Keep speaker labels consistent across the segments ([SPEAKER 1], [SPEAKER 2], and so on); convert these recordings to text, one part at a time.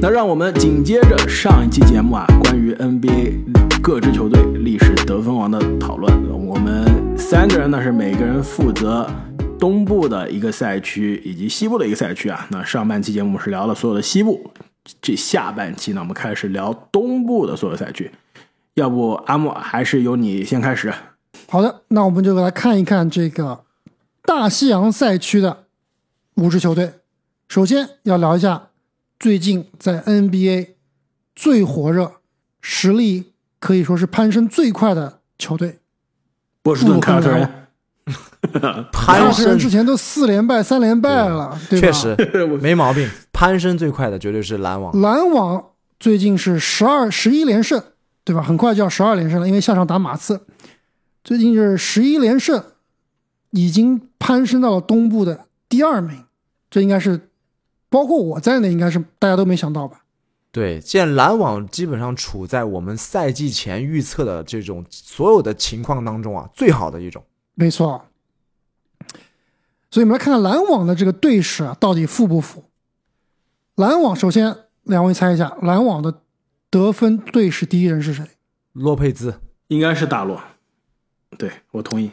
[SPEAKER 1] 那让我们紧接着上一期节目啊，关于 NBA 各支球队历史得分王的讨论，我们三个人呢是每个人负责东部的一个赛区以及西部的一个赛区啊。那上半期节目我们是聊了所有的西部，这下半期呢我们开始聊东部的所有赛区。要不阿莫还是由你先开始。
[SPEAKER 2] 好的，那我们就来看一看这个大西洋赛区的五支球队。首先要聊一下最近在 NBA 最火热、实力可以说是攀升最快的球队
[SPEAKER 1] 波士顿凯尔特人，
[SPEAKER 2] 凯尔
[SPEAKER 3] 攀
[SPEAKER 2] 特人
[SPEAKER 3] 升嗯
[SPEAKER 2] 之前都四连败、三连败了，对吧？
[SPEAKER 3] 确实 没毛病，攀升最快的绝对是篮网。
[SPEAKER 2] 篮网最近是十二十一连胜，对吧？很快就要十二连胜了，因为下场打马刺，最近是十一连胜，已经攀升到了东部的第二名，这应该是包括我在内，应该是大家都没想到吧？
[SPEAKER 3] 对，现在篮网基本上处在我们赛季前预测的这种所有的情况当中啊，最好的一种。
[SPEAKER 2] 没错，啊所以我们来看看篮网的这个队史啊，到底符不符？篮网首先，两位猜一下，篮网的得分队史第一人是谁？
[SPEAKER 3] 洛佩兹，
[SPEAKER 1] 应该是大洛。对我同意。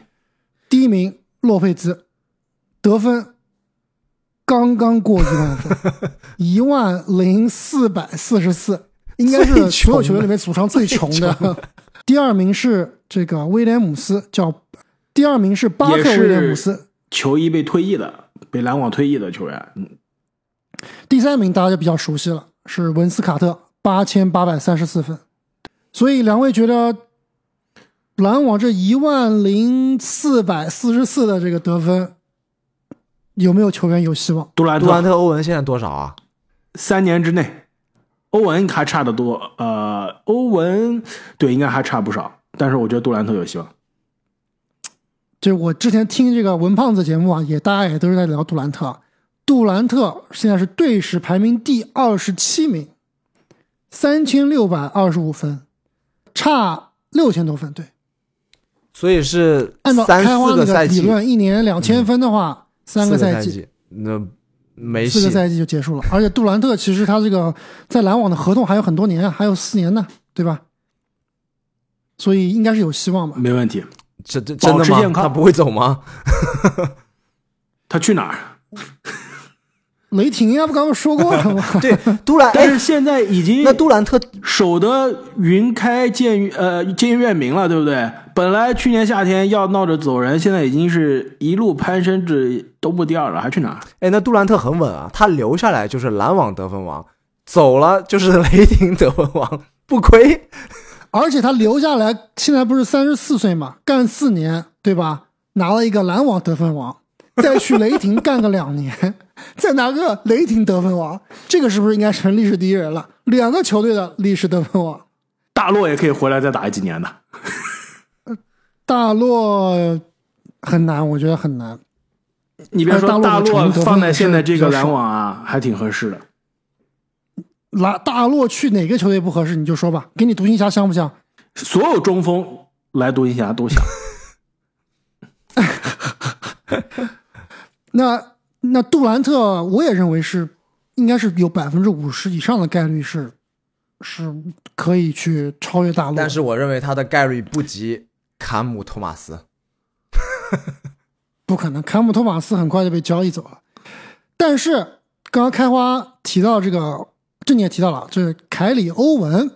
[SPEAKER 2] 第一名洛佩兹，得分刚刚过一 万分，一万零四百四十四，应该是所有球队里面组成最穷的。 第二名是这个威廉姆斯，叫第二名是巴克
[SPEAKER 1] 也是
[SPEAKER 2] 威廉姆斯，
[SPEAKER 1] 球衣被退役的，被篮网退役的球员，嗯
[SPEAKER 2] 第三名大家就比较熟悉了，是文斯卡特，八千八百三十四分。所以两位觉得篮网这一万零四百四十四的这个得分，有没有球员有希望？
[SPEAKER 1] 杜兰
[SPEAKER 3] 杜兰
[SPEAKER 1] 特
[SPEAKER 3] 特、欧文现在多少啊？
[SPEAKER 1] 三年之内，欧文还差得多。呃，欧文对应该还差不少，但是我觉得杜兰特有希望。
[SPEAKER 2] 就是我之前听这个文胖子节目啊，也大家也都是在聊杜兰特。杜兰特现在是队史排名第二十七名，三千六百二十五分，差六千多分。对，
[SPEAKER 3] 所以是
[SPEAKER 2] 按照
[SPEAKER 3] 三
[SPEAKER 2] 开花
[SPEAKER 3] 四
[SPEAKER 2] 那
[SPEAKER 3] 个
[SPEAKER 2] 个
[SPEAKER 3] 赛
[SPEAKER 2] 理
[SPEAKER 3] 季，
[SPEAKER 2] 论，一年两千分的话，三
[SPEAKER 3] 四
[SPEAKER 2] 个
[SPEAKER 3] 个
[SPEAKER 2] 赛季，
[SPEAKER 3] 季，哎那没
[SPEAKER 2] 四
[SPEAKER 3] 戏
[SPEAKER 2] 个。赛季就结束了。而且杜兰特其实他这个在篮网的合同还有很多年啊，还有四年呢，对吧？所以应该是有希望吧。
[SPEAKER 1] 没问题。
[SPEAKER 3] 这这真
[SPEAKER 1] 保
[SPEAKER 3] 的
[SPEAKER 1] 持健
[SPEAKER 3] 吗？
[SPEAKER 1] 康
[SPEAKER 3] 他不会走吗？
[SPEAKER 1] 他去哪儿？
[SPEAKER 2] 雷霆呀，不刚刚说过了吗？
[SPEAKER 3] 对，杜兰，
[SPEAKER 1] 但
[SPEAKER 3] 哎，
[SPEAKER 1] 是现在已经
[SPEAKER 3] 那杜兰特
[SPEAKER 1] 守得云开见呃见月明了，对不对？本来去年夏天要闹着走人，现在已经是一路攀升至东部第二了，还去哪儿？
[SPEAKER 3] 哎，那杜兰特很稳啊，他留下来就是篮网得分王，走了就是 雷霆得分王，不亏。
[SPEAKER 2] 而且他留下来，现在不是三十四岁嘛，干四年，对吧？拿了一个篮网得分王，再去雷霆干个两年， 再拿个雷霆得分王，这个是不是应该成历史第一人了？两个球队的历史得分王，
[SPEAKER 1] 大洛也可以回来再打几年的。
[SPEAKER 2] 大洛很难，我觉得很难。
[SPEAKER 1] 你别说
[SPEAKER 2] 哎
[SPEAKER 1] 大
[SPEAKER 2] 大洛
[SPEAKER 1] 洛
[SPEAKER 2] 的成功
[SPEAKER 1] 放在现在这个
[SPEAKER 2] 得分也是
[SPEAKER 1] 篮网啊，还挺合适的。
[SPEAKER 2] 拉大洛去哪个球队不合适，你就说吧，给你独行侠香不香？
[SPEAKER 1] 所有中锋来独行侠都想。
[SPEAKER 2] 那那杜兰特，我也认为是应该是有百分之五十以上的概率是是可以去超越大洛的。
[SPEAKER 3] 但是我认为他的概率不及坎姆·托马斯。
[SPEAKER 2] 不可能，坎普托马斯很快就被交易走了。但是刚刚开花提到这个，这你也提到了，就是凯里欧文，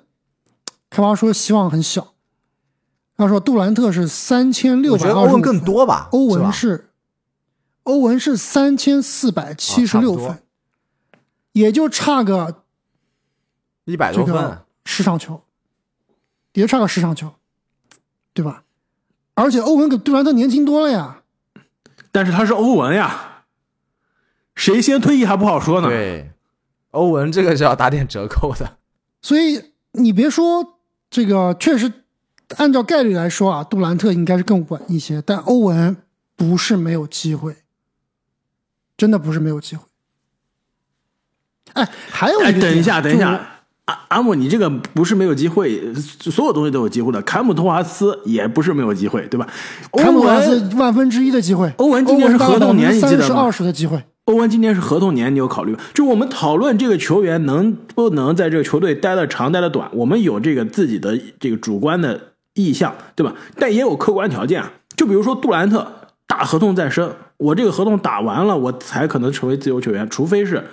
[SPEAKER 2] 开花说希望很小。他说杜兰特是三千六
[SPEAKER 3] 我觉
[SPEAKER 2] 百
[SPEAKER 3] 得
[SPEAKER 2] 二
[SPEAKER 3] 欧
[SPEAKER 2] 十
[SPEAKER 3] 文更，多吧，
[SPEAKER 2] 欧
[SPEAKER 3] 是吧
[SPEAKER 2] 文是欧文是三千四百七十六
[SPEAKER 3] 啊差不
[SPEAKER 2] 分、
[SPEAKER 3] 多
[SPEAKER 2] 也就差个
[SPEAKER 3] 一百
[SPEAKER 2] 这
[SPEAKER 3] 多分，
[SPEAKER 2] 个十场球，也就差个十场球，对吧？而且欧文比杜兰特年轻多了呀。
[SPEAKER 1] 但是他是欧文呀，谁先退役还不好说呢。
[SPEAKER 3] 对，欧文这个是要打点折扣的。
[SPEAKER 2] 所以你别说这个，确实按照概率来说啊，杜兰特应该是更稳一些，但欧文不是没有机会，真的不是没有机会。哎，还有一个
[SPEAKER 1] 哎，
[SPEAKER 2] 点
[SPEAKER 1] 等一下，等一，
[SPEAKER 2] 就
[SPEAKER 1] 下
[SPEAKER 2] 是，
[SPEAKER 1] 阿阿姆，你这个不是没有机会，所有东西都有机会的。坎普托华斯也不是没有机会，对吧？
[SPEAKER 2] 坎
[SPEAKER 1] 欧
[SPEAKER 2] 普拉
[SPEAKER 1] 文
[SPEAKER 2] 斯万分之一大概百分之三十，
[SPEAKER 1] 欧文今年是合同年你记得吗
[SPEAKER 2] 三十二十的机会，
[SPEAKER 1] 欧文今年是合同年，你有考虑吗？就我们讨论这个球员能不能在这个球队待的长、待的短，我们有这个自己的这个主观的意向，对吧？但也有客观条件啊，就比如说杜兰特打合同在身，我这个合同打完了，我才可能成为自由球员，除非是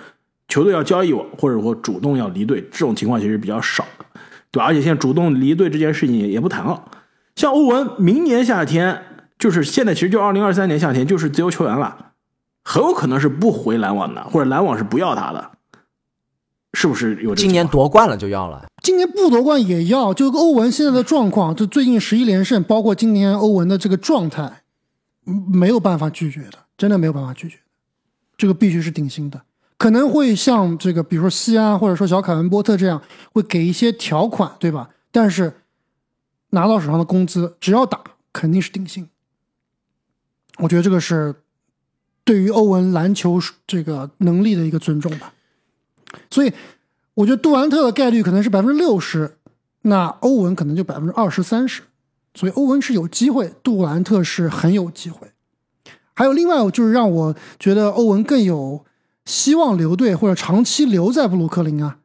[SPEAKER 1] 球队要交易我，或者我主动要离队，这种情况其实比较少的，对吧？而且现在主动离队这件事情也也不谈了。像欧文，明年夏天就是现在，其实就二零二三年夏天就是自由球员了。很有可能是不回篮网的，或者篮网是不要他的，是不是有这？
[SPEAKER 3] 今年夺冠了就要了，
[SPEAKER 2] 今年不夺冠也要。就欧文现在的状况，就最近十一连胜，包括今年欧文的这个状态，没有办法拒绝的，真的没有办法拒绝。这个必须是顶薪的，可能会像这个，比如说西安或者说小凯文波特这样，会给一些条款，对吧？但是拿到手上的工资，只要打肯定是顶薪。我觉得这个是。对于欧文篮球这个能力的一个尊重吧，所以我觉得杜兰特的概率可能是百分之六十，那欧文可能就百分之二十三十，所以欧文是有机会，杜兰特是很有机会。还有另外就是让我觉得欧文更有希望留队或者长期留在布鲁克林啊，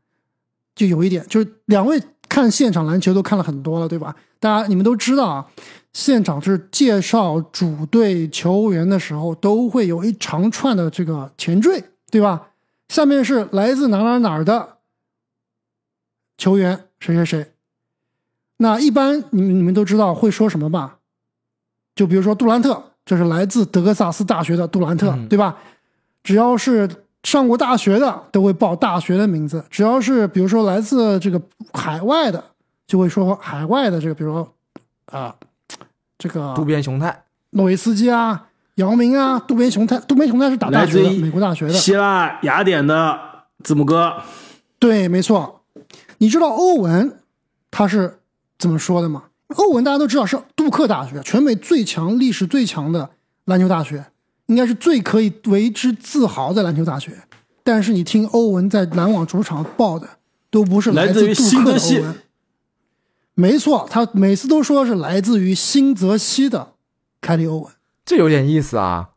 [SPEAKER 2] 就有一点就是两位看现场篮球都看了很多了，对吧？大家你们都知道啊。现场是介绍主队球员的时候，都会有一长串的这个前缀，对吧？下面是来自哪哪哪儿的球员谁谁谁。那一般你们你们都知道会说什么吧？就比如说杜兰特，这是来自德克萨斯大学的杜兰特，对吧？只要是上过大学的，都会报大学的名字；只要是比如说来自这个海外的，就会说海外的这个，比如说啊。这个
[SPEAKER 3] 渡边雄太、
[SPEAKER 2] 诺维斯基啊、姚明啊、渡边雄太，渡边雄太是打大学的，美国大学的，
[SPEAKER 1] 希腊雅典的字母哥。
[SPEAKER 2] 对，没错。你知道欧文他是怎么说的吗？欧文大家都知道是杜克大学，全美最强、历史最强的篮球大学，应该是最可以为之自豪的篮球大学。但是你听欧文在篮网主场报的，都不是
[SPEAKER 1] 来
[SPEAKER 2] 自
[SPEAKER 1] 于
[SPEAKER 2] 杜克的
[SPEAKER 1] 西
[SPEAKER 2] 欧文。没错，他每次都说是来自于新泽西的凯里·欧文，
[SPEAKER 3] 这有点意思啊。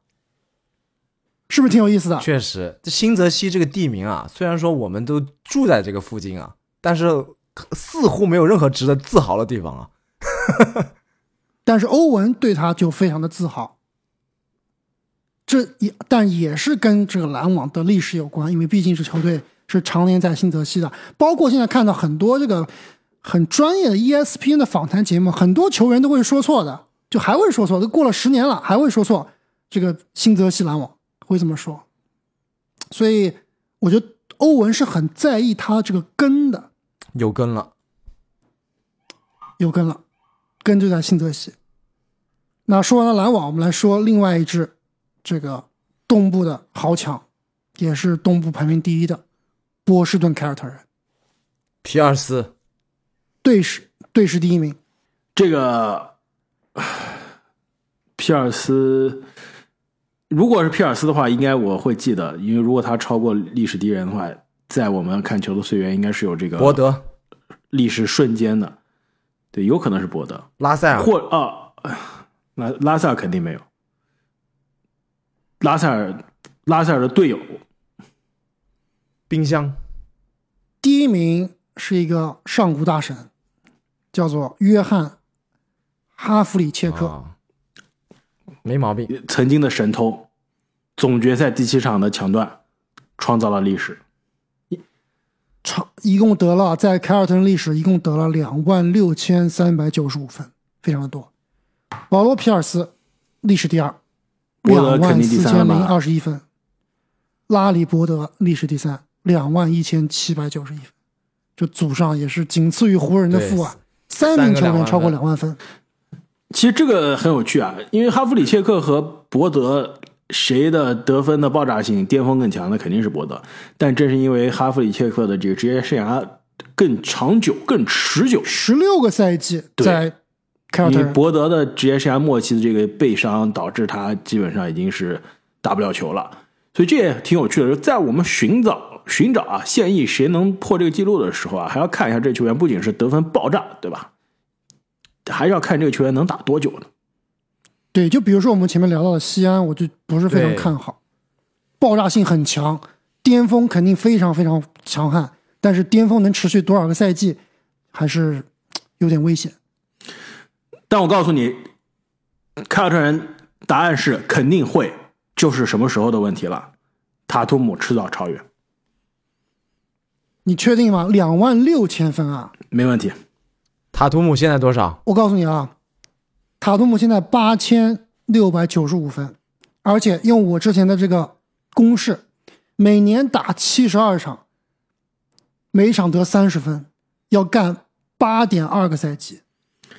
[SPEAKER 2] 是不是挺有意思的？
[SPEAKER 3] 确实，这新泽西这个地名啊，虽然说我们都住在这个附近啊，但是似乎没有任何值得自豪的地方啊。
[SPEAKER 2] 但是欧文对他就非常的自豪，这也但也是跟这个篮网的历史有关，因为毕竟是球队是常年在新泽西的，包括现在看到很多这个很专业的 E ESPN 的访谈节目，很多球员都会说错的，就还会说错，都过了十年了还会说错，这个新泽西篮网会这么说，所以我觉得欧文是很在意他这个根的，
[SPEAKER 3] 有根了，
[SPEAKER 2] 有根了，根就在新泽西。那说完了篮网，我们来说另外一支，这个东部的豪强，也是东部排名第一的波士顿凯尔特人，
[SPEAKER 3] 皮尔斯
[SPEAKER 2] 队史队史第一名。
[SPEAKER 1] 这个唉皮尔斯，如果是皮尔斯的话，应该我会记得，因为如果他超过历史敌人的话，在我们看球的岁月，应该是有这个
[SPEAKER 3] 伯德、
[SPEAKER 1] 历史瞬间的。对，有可能是博德，
[SPEAKER 3] 拉塞尔、
[SPEAKER 1] 或啊，拉拉塞尔肯定没有，拉塞尔拉塞尔的队友
[SPEAKER 3] 冰箱、
[SPEAKER 2] 第一名是一个上古大神，叫做约翰·哈弗里切克。
[SPEAKER 3] 啊，没毛病。
[SPEAKER 1] 曾经的神偷，总决赛第七场的抢断，创造了历史。
[SPEAKER 2] 场一共得了在凯尔特人历史一共得了两万六千三百九十五分，非常的多。保罗·皮尔斯历史第二，
[SPEAKER 1] 伯德
[SPEAKER 2] 两
[SPEAKER 1] 肯
[SPEAKER 2] 万
[SPEAKER 1] 定第
[SPEAKER 2] 四
[SPEAKER 1] 三了
[SPEAKER 2] 千零
[SPEAKER 1] 吧
[SPEAKER 2] 二十一分。拉里·伯德历史第三，两万一千七百九十一分，这祖上也是仅次于湖人的
[SPEAKER 3] 对
[SPEAKER 2] 父啊，三
[SPEAKER 3] 三
[SPEAKER 2] 名
[SPEAKER 3] 个
[SPEAKER 2] 球
[SPEAKER 3] 两
[SPEAKER 2] 员
[SPEAKER 3] 万
[SPEAKER 2] 超过
[SPEAKER 3] 分
[SPEAKER 2] 两万分。
[SPEAKER 1] 其实这个很有趣啊，因为哈弗里切克和博德谁的得分的爆炸性巅峰更强那肯定是博德。但正是因为哈弗里切克的这个职业生涯更长久、更持久，
[SPEAKER 2] 十六个赛季
[SPEAKER 1] 对
[SPEAKER 2] 在凯尔
[SPEAKER 1] 因
[SPEAKER 2] 特
[SPEAKER 1] 为
[SPEAKER 2] 人，
[SPEAKER 1] 博德的职业生涯末期的这个背伤，导致他基本上已经是打不了球了。所以这也挺有趣的，就在我们寻找寻找啊现役谁能破这个记录的时候啊，还要看一下这球员不仅是得分爆炸，对吧？还是要看这个球员能打多久呢？
[SPEAKER 2] 对，就比如说我们前面聊到的西安，我就不是非常
[SPEAKER 3] 对
[SPEAKER 2] 看好。爆炸性很强，巅峰肯定非常非常强悍，但是巅峰能持续多少个赛季，还是嘖有点危险。
[SPEAKER 1] 但我告诉你，凯尔特人答案是肯定会，就是什么时候的问题了。塔图姆迟早超越，
[SPEAKER 2] 你确定吗？两万六千分啊！
[SPEAKER 1] 没问题。
[SPEAKER 3] 塔图姆现在多少？
[SPEAKER 2] 我告诉你啊，塔图姆现在八千六百九十五分，而且用我之前的这个公式，每年打七十二场，每一场得三十分，要干八点二个赛季。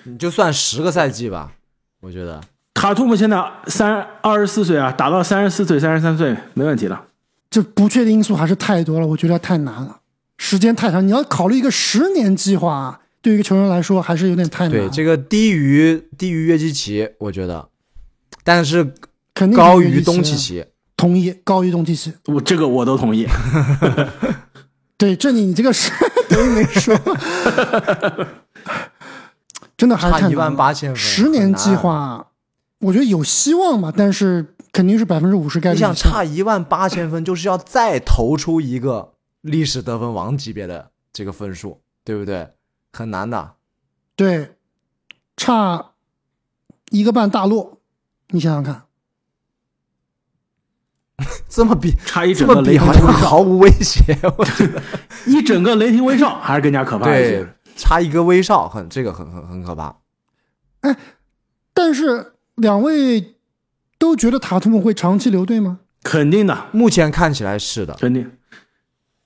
[SPEAKER 3] 你就算十个赛季吧，我觉得
[SPEAKER 1] 塔图姆现在三二十四岁啊，打到三十四岁、三十三岁没问题的。
[SPEAKER 2] 这不确定因素还是太多了，我觉得太难了，时间太长。你要考虑一个十年计划啊，对于一个球员来说还是有点太难
[SPEAKER 3] 对
[SPEAKER 2] 了。
[SPEAKER 3] 这个低于低于约基奇，我觉得，但是
[SPEAKER 2] 肯定
[SPEAKER 3] 高
[SPEAKER 2] 是约
[SPEAKER 3] 于
[SPEAKER 2] 基
[SPEAKER 3] 东契
[SPEAKER 2] 啊，
[SPEAKER 3] 奇。
[SPEAKER 2] 同意高于东契奇。
[SPEAKER 1] 我这个我都同意。
[SPEAKER 2] 对，这你你这个是 等于没说，真的还是
[SPEAKER 3] 差
[SPEAKER 2] 太
[SPEAKER 3] 一
[SPEAKER 2] 难
[SPEAKER 3] 万
[SPEAKER 2] 了
[SPEAKER 3] 八千分，
[SPEAKER 2] 十年计划，我觉得有希望嘛，但是肯定是百分之五十概
[SPEAKER 3] 很难，
[SPEAKER 2] 率
[SPEAKER 3] 你
[SPEAKER 2] 以下。
[SPEAKER 3] 想差一万八千分，就是要再投出一个历史得分王级别的这个分数，对不对？很难的。
[SPEAKER 2] 对，差一个半大落，你想想看，
[SPEAKER 3] 这么比，
[SPEAKER 1] 差一
[SPEAKER 3] 这
[SPEAKER 1] 整
[SPEAKER 3] 么
[SPEAKER 1] 个
[SPEAKER 3] 比
[SPEAKER 1] 雷霆威
[SPEAKER 3] 好像
[SPEAKER 1] 少，
[SPEAKER 3] 毫无威 胁。我觉得
[SPEAKER 1] 一整个雷霆威少还是更加可怕一
[SPEAKER 3] 对
[SPEAKER 1] 些。，
[SPEAKER 3] 差一个威少，很这个很很很可怕。
[SPEAKER 2] 但是两位都觉得塔图姆会长期留队吗？
[SPEAKER 1] 肯定的，
[SPEAKER 3] 目前看起来是的，
[SPEAKER 1] 肯定。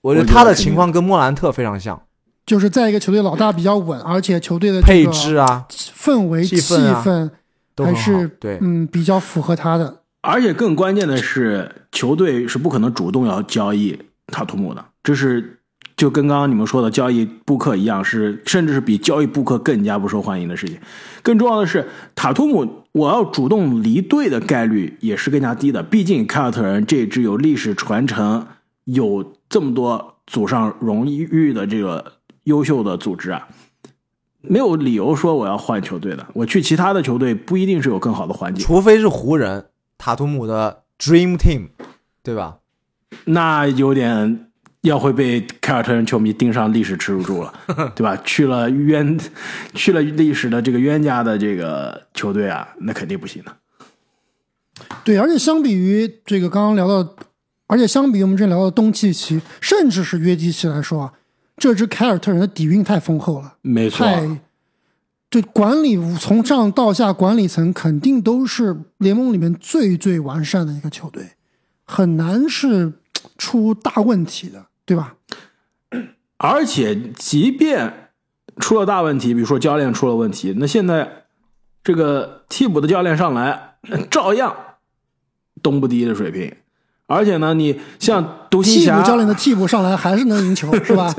[SPEAKER 3] 我觉
[SPEAKER 1] 我觉
[SPEAKER 3] 得
[SPEAKER 1] 得
[SPEAKER 3] 他的
[SPEAKER 1] 肯定
[SPEAKER 3] 情况跟莫兰特非常像，
[SPEAKER 2] 就是在一个球队老大比较稳，而且球队的这
[SPEAKER 3] 配
[SPEAKER 2] 个
[SPEAKER 3] 置啊
[SPEAKER 2] 氛围、
[SPEAKER 3] 气
[SPEAKER 2] 气
[SPEAKER 3] 氛啊
[SPEAKER 2] 氛
[SPEAKER 3] 都
[SPEAKER 2] 还
[SPEAKER 3] 很好
[SPEAKER 2] 是。
[SPEAKER 3] 对，
[SPEAKER 2] 嗯比较符合他的。
[SPEAKER 1] 而且更关键的是，球队是不可能主动要交易塔图姆的，这是就跟刚刚你们说的交易布克一样，是甚至是比交易布克更加不受欢迎的事情。更重要的是，塔图姆我要主动离队的概率也是更加低的，毕竟凯尔特人这支有历史传承、有这么多祖上荣誉的这个优秀的组织啊。没有理由说我要换球队的，我去其他的球队不一定是有更好的环境。
[SPEAKER 3] 除非是湖人塔图姆的 Dream Team，对吧？
[SPEAKER 1] 那有点要会被凯尔特人球迷盯上历史耻辱 柱了，对吧？去了冤，去了历史的这个冤家的这个球队啊，那肯定不行的。
[SPEAKER 2] 对，而且相比于这个刚刚聊到，而且相比于我们之前聊到的东契奇，甚至是约基奇来说啊，这支凯尔特人的底蕴太丰厚了，
[SPEAKER 1] 没错，
[SPEAKER 2] 太就哎管理从上到下管理层肯定都是联盟里面最最完善的一个球队，很难是出大问题的，对吧？
[SPEAKER 1] 而且即便出了大问题，比如说教练出了问题，那现在这个替补的教练上 来，照样东部第一的水平。而且呢，你像独行
[SPEAKER 2] 替
[SPEAKER 1] 侠
[SPEAKER 2] 补教练的替补上来还是能赢球，是吧？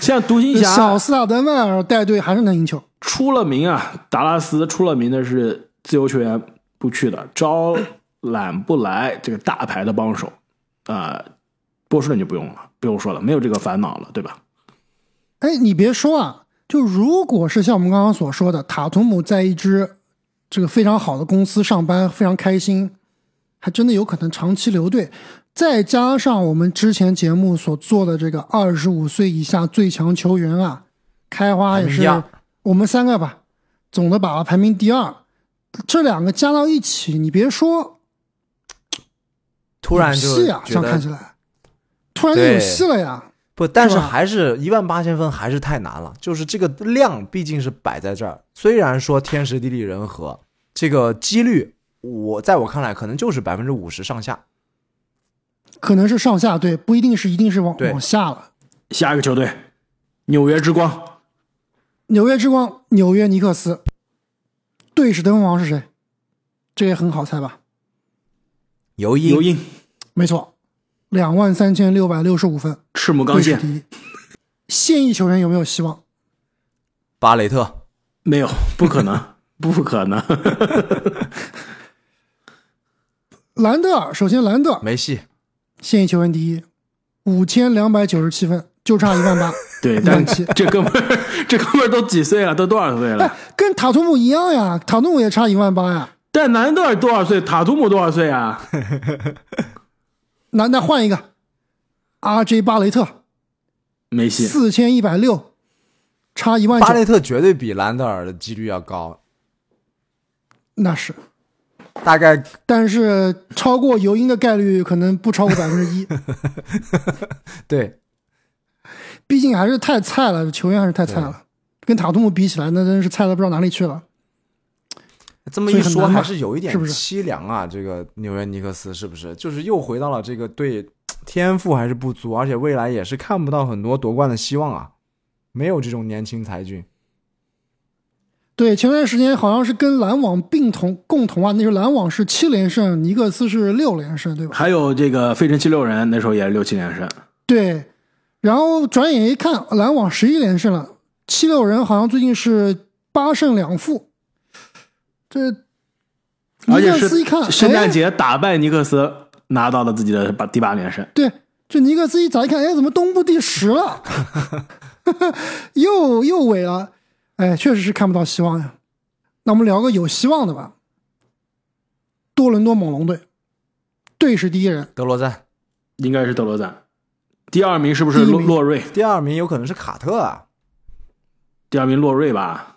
[SPEAKER 1] 像独行侠
[SPEAKER 2] 小斯塔登迈尔带队还是能赢球。
[SPEAKER 1] 出了名啊，达拉斯出了名的是自由球员不去的，招揽不来这个大牌的帮手啊、波士顿就不用了，不用说了，没有这个烦恼了，对吧？
[SPEAKER 2] 哎，你别说啊，就如果是像我们刚刚所说的，塔图姆在一支这个非常好的公司上班，非常开心，还真的有可能长期留队。再加上我们之前节目所做的这个二十五岁以下最强球员啊，开花也
[SPEAKER 3] 排名第
[SPEAKER 2] 是
[SPEAKER 3] 二
[SPEAKER 2] 我们三个吧，总的把握排名第二。这两个加到一起，你别说
[SPEAKER 3] 突然就
[SPEAKER 2] 有戏啊，这
[SPEAKER 3] 觉
[SPEAKER 2] 样看
[SPEAKER 3] 得
[SPEAKER 2] 起来，突然就有
[SPEAKER 3] 对
[SPEAKER 2] 戏了呀。
[SPEAKER 3] 不，但是
[SPEAKER 2] 是吧
[SPEAKER 3] 还是一万八千分还是太难了。就是这个量毕竟是摆在这儿，虽然说天时地利人和，这个几率我在我看来可能就是百分之五十上下。
[SPEAKER 2] 可能是上下对，不一定是一定是往
[SPEAKER 3] 对
[SPEAKER 2] 往下了。
[SPEAKER 1] 下一个球队，纽约之光，
[SPEAKER 2] 纽约之光，纽约尼克斯，队史得分王是谁？这也很好猜吧？
[SPEAKER 3] 尤因
[SPEAKER 1] 尤因，
[SPEAKER 2] 没错，两万三千六百六十五分，
[SPEAKER 1] 赤木刚
[SPEAKER 2] 队史
[SPEAKER 1] 宪
[SPEAKER 2] 第一。现役球员有没有希望？
[SPEAKER 3] 巴雷特，
[SPEAKER 1] 没有，不可能， 不可能，
[SPEAKER 2] 兰德尔，首先兰德尔
[SPEAKER 3] 没戏。
[SPEAKER 2] 现役球员第一，五千两百九十七分，就差一万 八。
[SPEAKER 1] 对，但这哥们儿，这哥们儿都几岁了？啊都多少岁了
[SPEAKER 2] 哎？，跟塔图姆一样呀，塔图姆也差一万八呀。
[SPEAKER 1] 但南德尔多少岁？塔图姆多少岁啊？
[SPEAKER 2] 那那换一个，R.J. 巴雷特
[SPEAKER 1] 没戏。
[SPEAKER 2] 四千一百六，差一万
[SPEAKER 3] 巴
[SPEAKER 2] 九，
[SPEAKER 3] 雷特绝对比兰德尔的几率要高，
[SPEAKER 2] 那是。
[SPEAKER 3] 大概
[SPEAKER 2] 但是超过尤因的概率可能不超过百 分之一，
[SPEAKER 3] 对
[SPEAKER 2] 毕竟还是太菜了，球员还是太菜了。跟塔图姆比起来，那真是菜到不知道哪里去了。
[SPEAKER 3] 这么
[SPEAKER 2] 所
[SPEAKER 3] 一
[SPEAKER 2] 以很
[SPEAKER 3] 说，
[SPEAKER 2] 难
[SPEAKER 3] 还
[SPEAKER 2] 吧
[SPEAKER 3] 是有一点
[SPEAKER 2] 是不是
[SPEAKER 3] 凄凉啊。这个纽约尼克斯是不是就是又回到了这个对天赋还是不足，而且未来也是看不到很多夺冠的希望啊？没有这种年轻才俊，
[SPEAKER 2] 对，前段时间好像是跟篮网并同共同啊，那时候篮网是七连胜，尼克斯是六连胜，对吧？
[SPEAKER 1] 还有这个费城七六人那时候也是六七连胜，
[SPEAKER 2] 对，然后转眼一看，篮网十一连胜了，七六人好像最近是八胜两负，这
[SPEAKER 1] 而
[SPEAKER 2] 尼
[SPEAKER 1] 且
[SPEAKER 2] 克斯一看，
[SPEAKER 1] 是圣诞
[SPEAKER 2] 哎，
[SPEAKER 1] 节打败尼克斯拿到了自己的八第八连胜。
[SPEAKER 2] 对，这尼克斯一早一看，哎，怎么东部第十了， 又又萎了，哎，确实是看不到希望呀。那我们聊个有希望的吧，多伦多猛龙队，队是第一人，
[SPEAKER 3] 德罗赞
[SPEAKER 1] 应该是德罗赞。第二名是不是
[SPEAKER 2] 第一
[SPEAKER 1] 洛
[SPEAKER 2] 名
[SPEAKER 1] 洛瑞？
[SPEAKER 3] 第二名有可能是卡特啊。
[SPEAKER 1] 第二名洛瑞吧？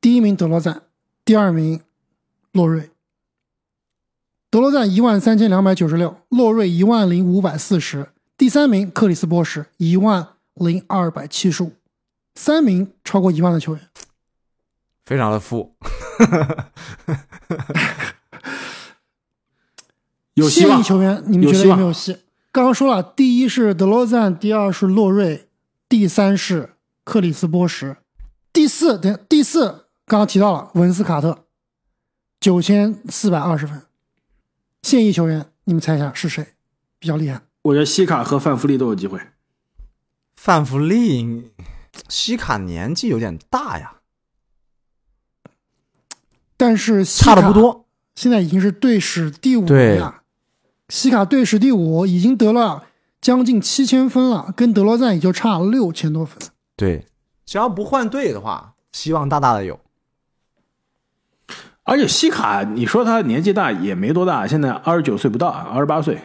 [SPEAKER 2] 第一名德罗赞，第二名洛瑞。德罗赞一万三千两百九十六，洛瑞一万零五百四十，第三名克里斯波什一万零二百七十五，三名超过一万的球员。
[SPEAKER 3] 非常的富，
[SPEAKER 1] 有希
[SPEAKER 2] 现
[SPEAKER 1] 望
[SPEAKER 2] 役。球员，你们
[SPEAKER 1] 有
[SPEAKER 2] 觉得
[SPEAKER 1] 希
[SPEAKER 2] 有
[SPEAKER 1] 望
[SPEAKER 2] 没有戏？刚刚说了，第一是德罗赞，第二是洛瑞，第三是克里斯波什，第四等第四刚刚提到了文斯卡特，九千四百二十分，现役球员，你们猜一下是谁比较厉害？
[SPEAKER 1] 我觉得西卡和范弗利都有机会。
[SPEAKER 3] 范弗利应，西卡年纪有点大呀，
[SPEAKER 2] 但是西
[SPEAKER 3] 差的不
[SPEAKER 2] 卡
[SPEAKER 3] 多。
[SPEAKER 2] 现在已经是队史第五
[SPEAKER 3] 对
[SPEAKER 2] 了。西卡队史第五，已经得了将近七千分了，跟德罗赞也就差六千多分。
[SPEAKER 3] 对，只要不换队的话，希望大大的有。
[SPEAKER 1] 而且西卡，你说他年纪大也没多大，现在二十九岁不到，二十八岁。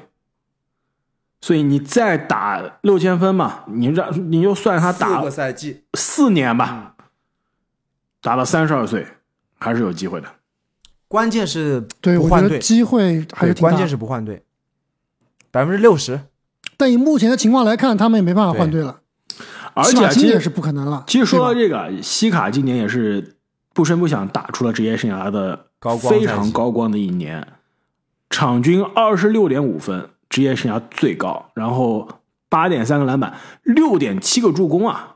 [SPEAKER 1] 所以你再打六千分嘛，你让你就算他打
[SPEAKER 3] 赛季，
[SPEAKER 1] 四年吧，
[SPEAKER 2] 嗯
[SPEAKER 1] 打到三十二岁，还是有机会的。
[SPEAKER 3] 关键是
[SPEAKER 2] 对，
[SPEAKER 3] 不
[SPEAKER 2] 我
[SPEAKER 3] 换
[SPEAKER 2] 觉
[SPEAKER 3] 队
[SPEAKER 2] 得，机会还是
[SPEAKER 3] 对
[SPEAKER 2] 挺大
[SPEAKER 3] 关
[SPEAKER 2] 的。
[SPEAKER 3] 键是不换队，百分之六十。
[SPEAKER 2] 但以目前的情况来看，他们也没办法换
[SPEAKER 3] 对
[SPEAKER 2] 队了，
[SPEAKER 1] 而
[SPEAKER 2] 起
[SPEAKER 1] 且啊
[SPEAKER 2] 码今
[SPEAKER 1] 其
[SPEAKER 2] 年
[SPEAKER 1] 实
[SPEAKER 2] 是不可能了。
[SPEAKER 1] 其实说到
[SPEAKER 2] 对吧
[SPEAKER 1] 这个，西卡今年也是不声不响打出了职业生涯的
[SPEAKER 3] 高光
[SPEAKER 1] 非
[SPEAKER 3] 赛
[SPEAKER 1] 常
[SPEAKER 3] 季
[SPEAKER 1] 高光的一年，场均二十六点五分，职业生涯最高，然后八点三个篮板，六点七个助攻啊，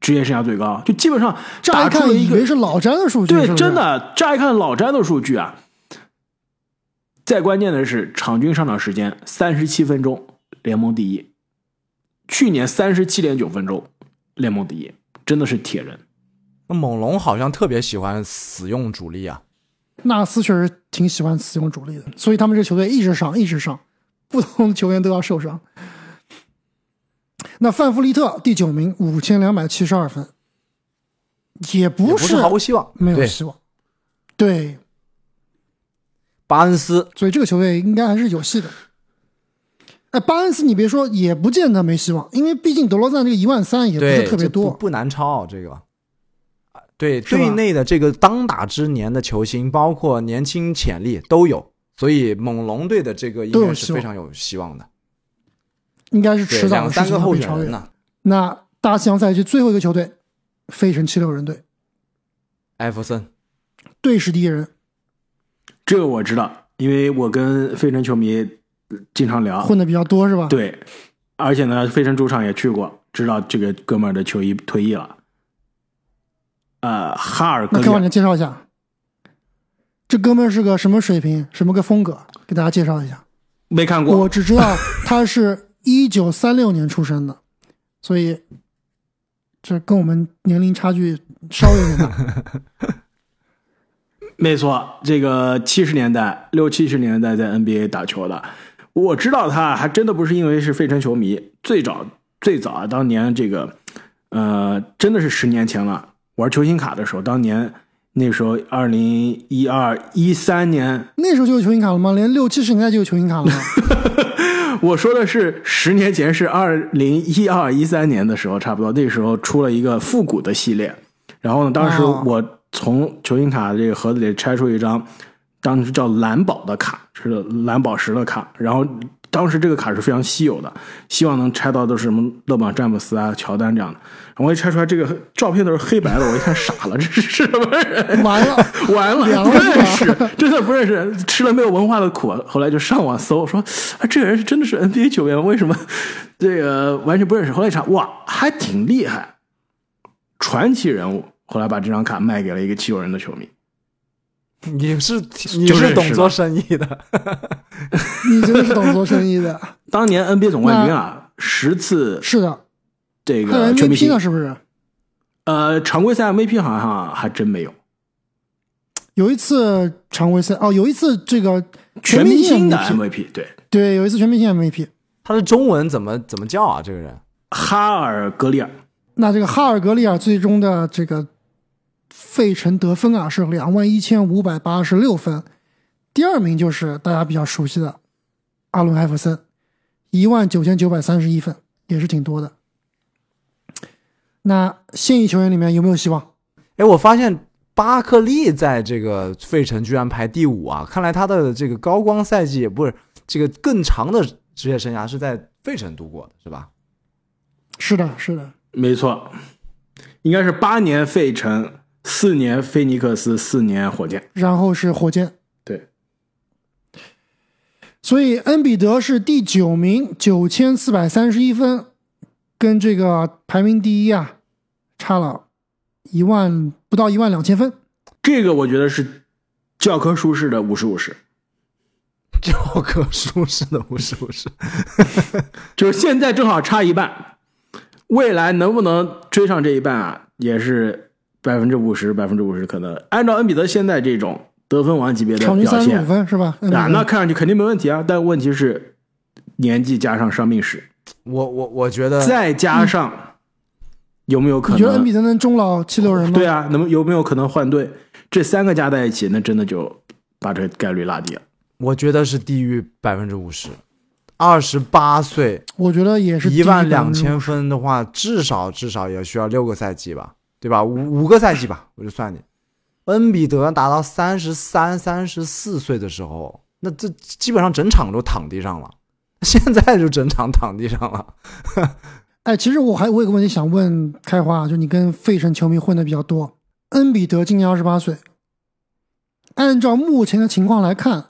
[SPEAKER 1] 职业生涯最高，就基本上
[SPEAKER 2] 乍
[SPEAKER 1] 打
[SPEAKER 2] 一
[SPEAKER 1] 出
[SPEAKER 2] 看
[SPEAKER 1] 了一
[SPEAKER 2] 以
[SPEAKER 1] 个
[SPEAKER 2] 为是老詹的数据，
[SPEAKER 1] 对
[SPEAKER 2] 是不，是
[SPEAKER 1] 真。的，乍一看老詹的数据啊，再关键的是场均上场时间三十七分钟，联盟第一。去年三十七点九分钟，联盟第一，真的是铁人。
[SPEAKER 3] 那猛龙好像特别喜欢死用主力啊，
[SPEAKER 2] 纳斯确实挺喜欢使用主力的，所以他们这球队一直上，一直上，不同的球员都要受伤。那范弗利特第九名，五千两百七十二分，也
[SPEAKER 3] 也
[SPEAKER 2] 不
[SPEAKER 3] 不
[SPEAKER 2] 是
[SPEAKER 3] 毫无希望。
[SPEAKER 2] 没有
[SPEAKER 3] 对，
[SPEAKER 2] 希望。对，
[SPEAKER 3] 巴恩斯
[SPEAKER 2] 所以这个球队应该还是有戏的。哎，巴恩斯，你别说，也不见得没希望，因为毕竟德罗赞这个一万三也不
[SPEAKER 3] 对
[SPEAKER 2] 是特别
[SPEAKER 3] 这
[SPEAKER 2] 多
[SPEAKER 3] 不，不难超这个。啊对
[SPEAKER 2] 是吧
[SPEAKER 3] 队内的这个当打之年的球星，包括年轻潜力都有，所以猛龙队的这个应
[SPEAKER 2] 都有
[SPEAKER 3] 该
[SPEAKER 2] 希
[SPEAKER 3] 是
[SPEAKER 2] 望
[SPEAKER 3] 非常有希望的。
[SPEAKER 2] 应该是
[SPEAKER 3] 对，
[SPEAKER 2] 迟早
[SPEAKER 3] 两
[SPEAKER 2] 的事
[SPEAKER 3] 三
[SPEAKER 2] 情
[SPEAKER 3] 个
[SPEAKER 2] 要
[SPEAKER 3] 候
[SPEAKER 2] 被
[SPEAKER 3] 选
[SPEAKER 2] 超越
[SPEAKER 3] 人。呢，
[SPEAKER 2] 那大西洋赛区最后一个球队，费城七六人队，
[SPEAKER 3] 艾弗森。
[SPEAKER 2] 队是第一人，
[SPEAKER 1] 这个我知道，因为我跟费城球迷呃经常聊。
[SPEAKER 2] 混的比较多是吧？，
[SPEAKER 1] 对，而且呢，费城主场也去过，知道这个哥们儿的球衣退役了。呃，哈尔格
[SPEAKER 2] 那
[SPEAKER 1] 里
[SPEAKER 2] 开
[SPEAKER 3] 啊
[SPEAKER 2] 往你介绍一下，这哥们儿是个什么水平，什么个风格，给大家介绍一下。
[SPEAKER 1] 没看过
[SPEAKER 2] 我，只知道他是一九三六年出生的，所以这跟我们年龄差距稍微有点大。
[SPEAKER 1] 没错，这个七十年代、六七十年代在 NBA 打球的，我知道他还真的不是因为是费城球迷，最早最早啊，当年这个，呃，真的是十年前了，玩球星卡的时候，当年那时候二零一二一三年，
[SPEAKER 2] 那时候就有球星卡了吗？连六七十年代就有球星卡了吗？
[SPEAKER 1] 我说的是十年前是二零一二一三年的时候，差不多那时候出了一个复古的系列。然后呢，当时
[SPEAKER 2] 哦
[SPEAKER 1] 我从球星卡这个盒子里拆出一张，当时叫蓝宝的卡，是蓝宝石的卡。然后当时这个卡是非常稀有的，希望能拆到都是什么勒布朗詹姆斯啊、乔丹这样的。然后我一拆出来，这个照片都是黑白的，我一看傻了，这是是什么人？
[SPEAKER 2] 完了，
[SPEAKER 1] 完了，
[SPEAKER 2] 凉
[SPEAKER 1] 不
[SPEAKER 2] 了
[SPEAKER 1] 认
[SPEAKER 2] 是
[SPEAKER 1] 识，真的不认识，吃了没有文化的苦。后来就上网搜，说啊，这个人是真的是 NBA 球员吗，为什么这个完全不认识？后来一查，哇，还挺厉害，传奇人物。后来把这张卡卖给了一个七九人的球迷，
[SPEAKER 3] 你 是你
[SPEAKER 1] 就是认识
[SPEAKER 3] 懂做
[SPEAKER 1] 了
[SPEAKER 3] 生意的，
[SPEAKER 2] 你真的是懂做生意的。
[SPEAKER 1] 当年 NBA 总冠军啊，十次
[SPEAKER 2] 是的，
[SPEAKER 1] 这
[SPEAKER 2] 还有
[SPEAKER 1] 个全明
[SPEAKER 2] MVP 呢，
[SPEAKER 1] 星，
[SPEAKER 2] 是不是？
[SPEAKER 1] 呃，常规赛 MVP 好像还真没有，
[SPEAKER 2] 有一次常规赛哦，有一次这个
[SPEAKER 1] 全明星的
[SPEAKER 2] MVP，
[SPEAKER 1] MVP 对，
[SPEAKER 2] 对，有一次全明星 MVP。
[SPEAKER 3] 他的中文怎么怎么叫啊？这个人
[SPEAKER 1] 哈尔格里尔。
[SPEAKER 2] 那这个哈尔格利尔最终的这个费城得分啊是两万一千五百八十六分，第二名就是大家比较熟悉的阿伦艾弗森，一万九千九百三十一分，也是挺多的。那现役球员里面有没有希望？
[SPEAKER 3] 哎，我发现巴克利在这个费城居然排第五啊！看来他的这个高光赛季不是这个更长的职业生涯是在费城度过的，是吧？
[SPEAKER 2] 是的，是的，
[SPEAKER 1] 没错，应该是八年费城，四年菲尼克斯，四年火箭。
[SPEAKER 2] 然后是火箭，
[SPEAKER 1] 对，
[SPEAKER 2] 所以恩比德是第九名，九千四百三十一分，跟这个排名第一啊差了一万不到一万两千分。
[SPEAKER 1] 这个我觉得是教科书式的五十五十，
[SPEAKER 3] 教科书式的不是不是，
[SPEAKER 1] 就是现在正好差一半，未来能不能追上这一半啊，也是百分之五十，百分之五十可能。按照恩比德现在这种得分王级别的
[SPEAKER 2] 场均
[SPEAKER 1] 表
[SPEAKER 2] 三十
[SPEAKER 1] 现
[SPEAKER 2] 五分是吧？
[SPEAKER 1] 啊，那看上去肯定没问题啊，但问题是年纪加上伤病史，
[SPEAKER 3] 我我我觉得
[SPEAKER 1] 再加上有没有可
[SPEAKER 2] 嗯你
[SPEAKER 1] 能？
[SPEAKER 2] 觉得恩比德能中老七六人吗？
[SPEAKER 1] 对啊，那么有没有可能换队？这三个加在一起，那真的就把这个概率拉低了。
[SPEAKER 3] 我觉得是低于百分之五十，二十八岁
[SPEAKER 2] 我觉得也是
[SPEAKER 3] 一万两
[SPEAKER 2] 低于百分之五
[SPEAKER 3] 千分的话，至少至少也需要六个赛季吧，对吧？五五个赛季吧， 我就算你。恩比德达到三十三、三十四岁的时候，那这基本上整场都躺地上了。 现在就整场躺地上了，
[SPEAKER 2] 哎，其实我还我有个问题想问开花啊，就你跟费城球迷混的比较多，恩比德今年二十八岁，按照目前的情况来看，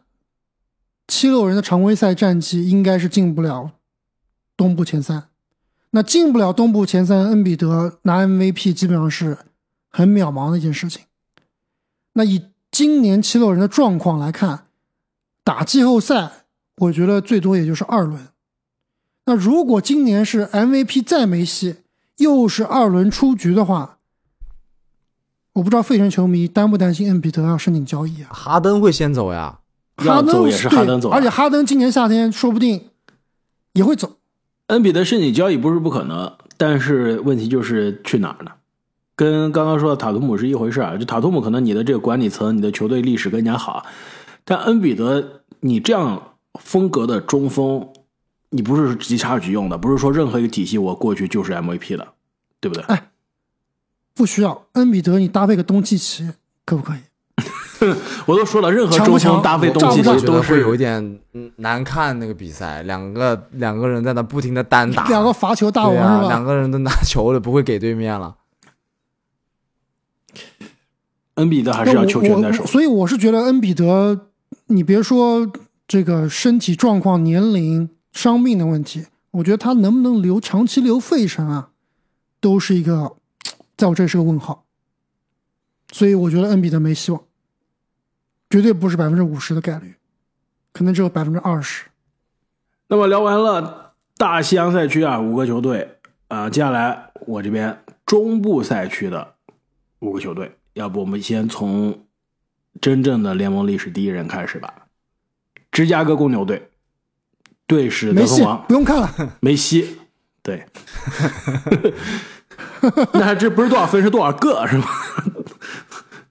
[SPEAKER 2] 七六人的常规赛战绩应该是进不了东部前三。那进不了东部前三，恩比德拿 MVP 基本上是很渺茫的一件事情。那以今年七六人的状况来看，打季后赛，我觉得最多也就是二轮。那如果今年是 MVP 再没戏，又是二轮出局的话，我不知道费城球迷担不担心恩比德要申请交易啊？
[SPEAKER 3] 哈登会先走呀。
[SPEAKER 1] 要
[SPEAKER 2] 哈登
[SPEAKER 1] 走也是
[SPEAKER 2] 对
[SPEAKER 1] 哈登走啊
[SPEAKER 2] 而且哈登今年夏天说不定也会走。
[SPEAKER 1] 恩比德申请交易不是不可能，但是问题就是去哪儿呢？跟刚刚说的塔图姆是一回事儿，就塔图姆可能你的这个管理层、你的球队历史跟人家好，但恩比德你这样风格的中锋，你不是急插局用的，不是说任何一个体系我过去就是 MVP 的，对不对？
[SPEAKER 2] 哎不需要恩比德，你搭配个东契奇可不可以？
[SPEAKER 1] 我都说了，任何
[SPEAKER 2] 强
[SPEAKER 1] 中
[SPEAKER 2] 不
[SPEAKER 1] 锋
[SPEAKER 2] 强
[SPEAKER 1] 搭配
[SPEAKER 2] 我
[SPEAKER 1] 东
[SPEAKER 2] 炸
[SPEAKER 1] 契
[SPEAKER 2] 不炸
[SPEAKER 1] 奇
[SPEAKER 3] 觉得
[SPEAKER 1] 都
[SPEAKER 3] 会
[SPEAKER 1] 是
[SPEAKER 3] 有一点嗯难看那个比赛，两个两个人在那不停的单 打，
[SPEAKER 2] 两个罚球大王
[SPEAKER 3] 对啊，
[SPEAKER 2] 是吧？
[SPEAKER 3] 两个人都拿球了，不会给对面了。
[SPEAKER 1] 恩比德还
[SPEAKER 2] 那
[SPEAKER 1] 是要
[SPEAKER 2] 我
[SPEAKER 1] 球权
[SPEAKER 2] 我
[SPEAKER 1] 在手
[SPEAKER 2] 我。所以我是觉得恩比德，你别说这个身体状况、年龄、伤病的问题，我觉得他能不能留长期留费城啊，都是一个，在我这里是个问号。所以我觉得恩比德没希望，绝对不是百分之五十的概率，可能只有百分之二十。
[SPEAKER 1] 那么聊完了大西洋赛区啊五个球队啊、接下来我这边中部赛区的五个球队，要不我们先从真正的联盟历史第一人开始吧。芝加哥公牛队队史
[SPEAKER 2] 没
[SPEAKER 1] 得分
[SPEAKER 2] 戏
[SPEAKER 1] 王，
[SPEAKER 2] 不用看了。
[SPEAKER 1] 梅西，对， 那这不是多少分是多少个是吗？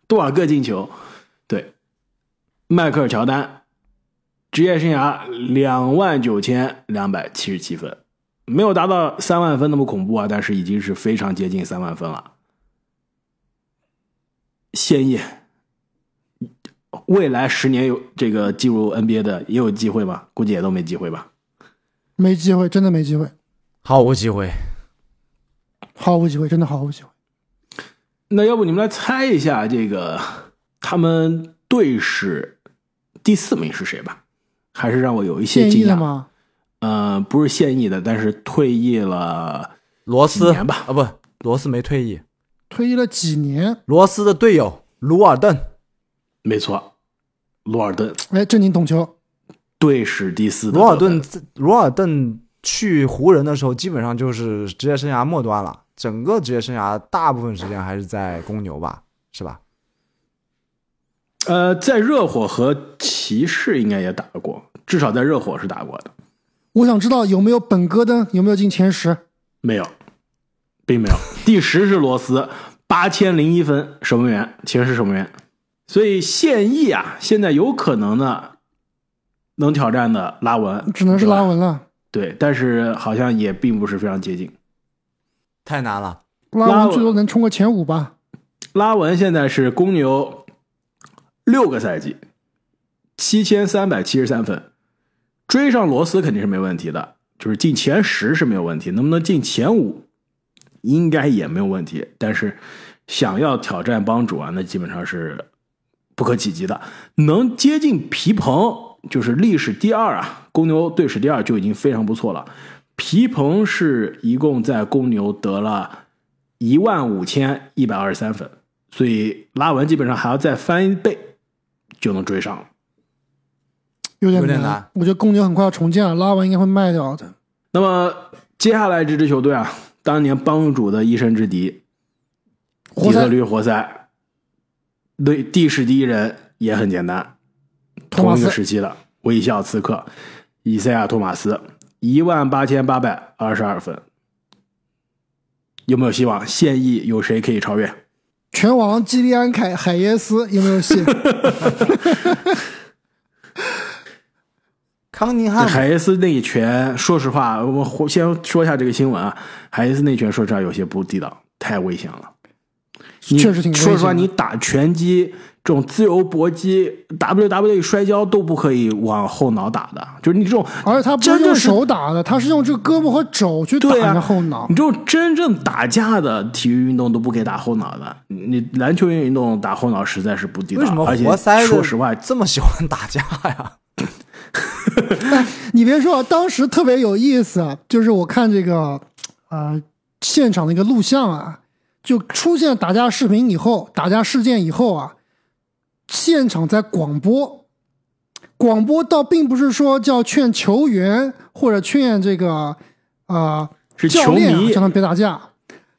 [SPEAKER 1] 多少个进球？对，迈克尔乔丹职业生涯两万九千两百七十七分，没有达到三万分那么恐怖啊，但是已经是非常接近三万分了。现役，未来十年有这个进入 NBA 的也有机会吗？估计也都没机会吧。
[SPEAKER 2] 没机会，真的没机会，
[SPEAKER 3] 毫无机会。
[SPEAKER 2] 毫无机会，真的毫无机会。
[SPEAKER 1] 那要不你们来猜一下这个他们队史第四名是谁吧？还是让我有一些
[SPEAKER 2] 现役
[SPEAKER 1] 惊
[SPEAKER 2] 的
[SPEAKER 1] 讶。
[SPEAKER 2] 吗？
[SPEAKER 1] 呃，不是现役的，但是退役了
[SPEAKER 3] 罗
[SPEAKER 1] 几
[SPEAKER 3] 斯
[SPEAKER 1] 年吧
[SPEAKER 3] 啊，不，罗斯没退役，
[SPEAKER 2] 退役了几年？
[SPEAKER 3] 罗斯的队友鲁尔顿，
[SPEAKER 1] 没错，罗尔顿
[SPEAKER 2] 哎，正经懂球，
[SPEAKER 1] 队史第四的
[SPEAKER 3] 罗尔
[SPEAKER 1] 得分
[SPEAKER 3] 顿，罗尔顿去湖人的时候，基本上就是职业生涯末端了，整个职业生涯大部分时间还是在公牛吧，是吧？
[SPEAKER 1] 呃，在热火和骑士应该也打过，至少在热火是打过的，
[SPEAKER 2] 我想知道有没有本戈登有没有进前十？
[SPEAKER 1] 没有，并没有。 第十是罗斯，八千零一分，守门员，前十守门员。所以现役啊，现在有可能呢，能挑战的拉文
[SPEAKER 2] 只能是拉
[SPEAKER 1] 文
[SPEAKER 2] 文了。
[SPEAKER 1] 对，但是好像也并不是非常接近。
[SPEAKER 3] 太难了，
[SPEAKER 1] 拉
[SPEAKER 2] 拉
[SPEAKER 1] 文
[SPEAKER 2] 文最多能冲个前五吧？
[SPEAKER 1] 拉文现在是公牛六个赛季，七千三百七十三分，追上罗斯肯定是没问题的，就是进前十是没有问题，能不能进前五应该也没有问题，但是想要挑战帮主啊，那基本上是不可企及的。能接近皮蓬，就是历史第二啊，公牛队史第二就已经非常不错了。皮蓬是一共在公牛得了一万五千一百二十三分，所以拉文基本上还要再翻一倍就能追上了。
[SPEAKER 2] 有点
[SPEAKER 3] 有点
[SPEAKER 2] 难
[SPEAKER 3] 难。
[SPEAKER 2] 我觉得公牛很快要重建了，拉文应该会卖掉的。
[SPEAKER 1] 那么接下来这支球队啊，当年帮主的一生之敌底
[SPEAKER 2] 活塞
[SPEAKER 1] 特律活塞，对第十第一人也很简单，
[SPEAKER 2] 托马
[SPEAKER 1] 同一
[SPEAKER 2] 斯
[SPEAKER 1] 个时期的微笑刺客以赛亚·托马斯，一万八千八百二十二分，有没有希望？现役有谁可以超越？
[SPEAKER 2] 拳王基利安凯海耶斯有没有戏？
[SPEAKER 3] 康宁汉姆
[SPEAKER 1] 海耶斯那一拳，说实话，我们先说一下这个新闻啊。海耶斯那拳，说实话有些不地道，太危险了。 你
[SPEAKER 2] 确实挺危险的
[SPEAKER 1] 说实话，你打拳击这种自由搏击、WWE 摔跤都不可以往后脑打的，就是你这种，
[SPEAKER 2] 而且他不是
[SPEAKER 1] 真正
[SPEAKER 2] 用
[SPEAKER 1] 是
[SPEAKER 2] 手打的，他是用这个胳膊和肘去打
[SPEAKER 1] 对啊
[SPEAKER 2] 人家后脑
[SPEAKER 1] 你。这种真正打架的体育运动都不可以打后脑的。你你篮球运动打后脑实在是不地道，
[SPEAKER 3] 为什么
[SPEAKER 1] 而且
[SPEAKER 3] 活塞的
[SPEAKER 1] 说实话，
[SPEAKER 3] 这么喜欢打架呀？
[SPEAKER 2] 你别说啊，当时特别有意思啊，就是我看这个呃现场的一个录像啊，就出现打架视频以后，打架事件以后啊，现场在广播，广播倒并不是说叫劝球员或者劝这个啊、呃
[SPEAKER 1] 是
[SPEAKER 2] 教练、
[SPEAKER 1] 球
[SPEAKER 2] 啊
[SPEAKER 1] 迷、
[SPEAKER 2] 叫他们别打架，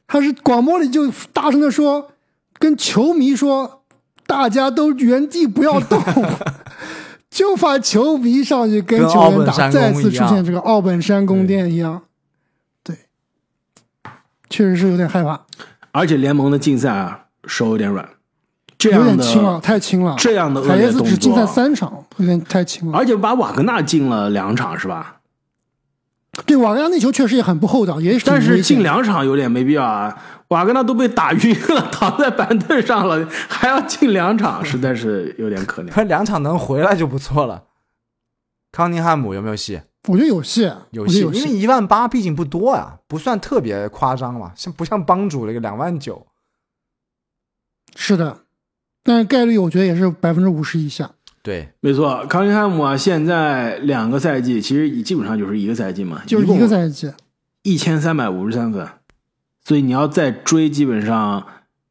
[SPEAKER 2] 他是广播里就大声的说，跟球迷说，大家都原地不要 动。就怕球迷上去跟
[SPEAKER 3] 跟
[SPEAKER 2] 球
[SPEAKER 3] 奥
[SPEAKER 2] 员
[SPEAKER 3] 本
[SPEAKER 2] 打，
[SPEAKER 3] 山
[SPEAKER 2] 再
[SPEAKER 3] 宫
[SPEAKER 2] 次
[SPEAKER 3] 一
[SPEAKER 2] 出
[SPEAKER 3] 样
[SPEAKER 2] 现这个奥本山宫殿一样。对，确实是有点害怕，
[SPEAKER 1] 而且联盟的竞赛啊，手有点软，这
[SPEAKER 2] 有
[SPEAKER 1] 样
[SPEAKER 2] 点
[SPEAKER 1] 的
[SPEAKER 2] 轻啊了，太轻了。
[SPEAKER 1] 这样的恶
[SPEAKER 2] 海
[SPEAKER 1] 劣
[SPEAKER 2] 耶斯
[SPEAKER 1] 动
[SPEAKER 2] 只竞赛
[SPEAKER 1] 作，
[SPEAKER 2] 三场，有点太轻了。
[SPEAKER 1] 而且把瓦格纳进了两场是吧？
[SPEAKER 2] 对，瓦格纳那球确实也很不厚道，也是挺
[SPEAKER 1] 但
[SPEAKER 2] 危
[SPEAKER 1] 是
[SPEAKER 2] 险
[SPEAKER 1] 进
[SPEAKER 2] 的
[SPEAKER 1] 两场有点没必要啊，瓦格纳都被打晕了，躺在板凳上了，还要进两场，实在是有点可怜。
[SPEAKER 3] 他两场能回来就不错了。康宁汉姆有没有戏？
[SPEAKER 2] 我觉得有戏，
[SPEAKER 3] 有
[SPEAKER 2] 我觉得
[SPEAKER 3] 戏，
[SPEAKER 2] 有
[SPEAKER 3] 因为一万八毕竟不多啊，不算特别夸张嘛，像不像帮主那个两万九？
[SPEAKER 2] 是的，但是概率我觉得也是百分之五十以下。
[SPEAKER 3] 对，
[SPEAKER 1] 没错，康林汉姆啊，现在两个赛季其实也基本上就是一个赛季嘛，
[SPEAKER 2] 就是一个赛季，
[SPEAKER 3] 呃
[SPEAKER 1] 一千三百五十三分，所以你要再追，基本上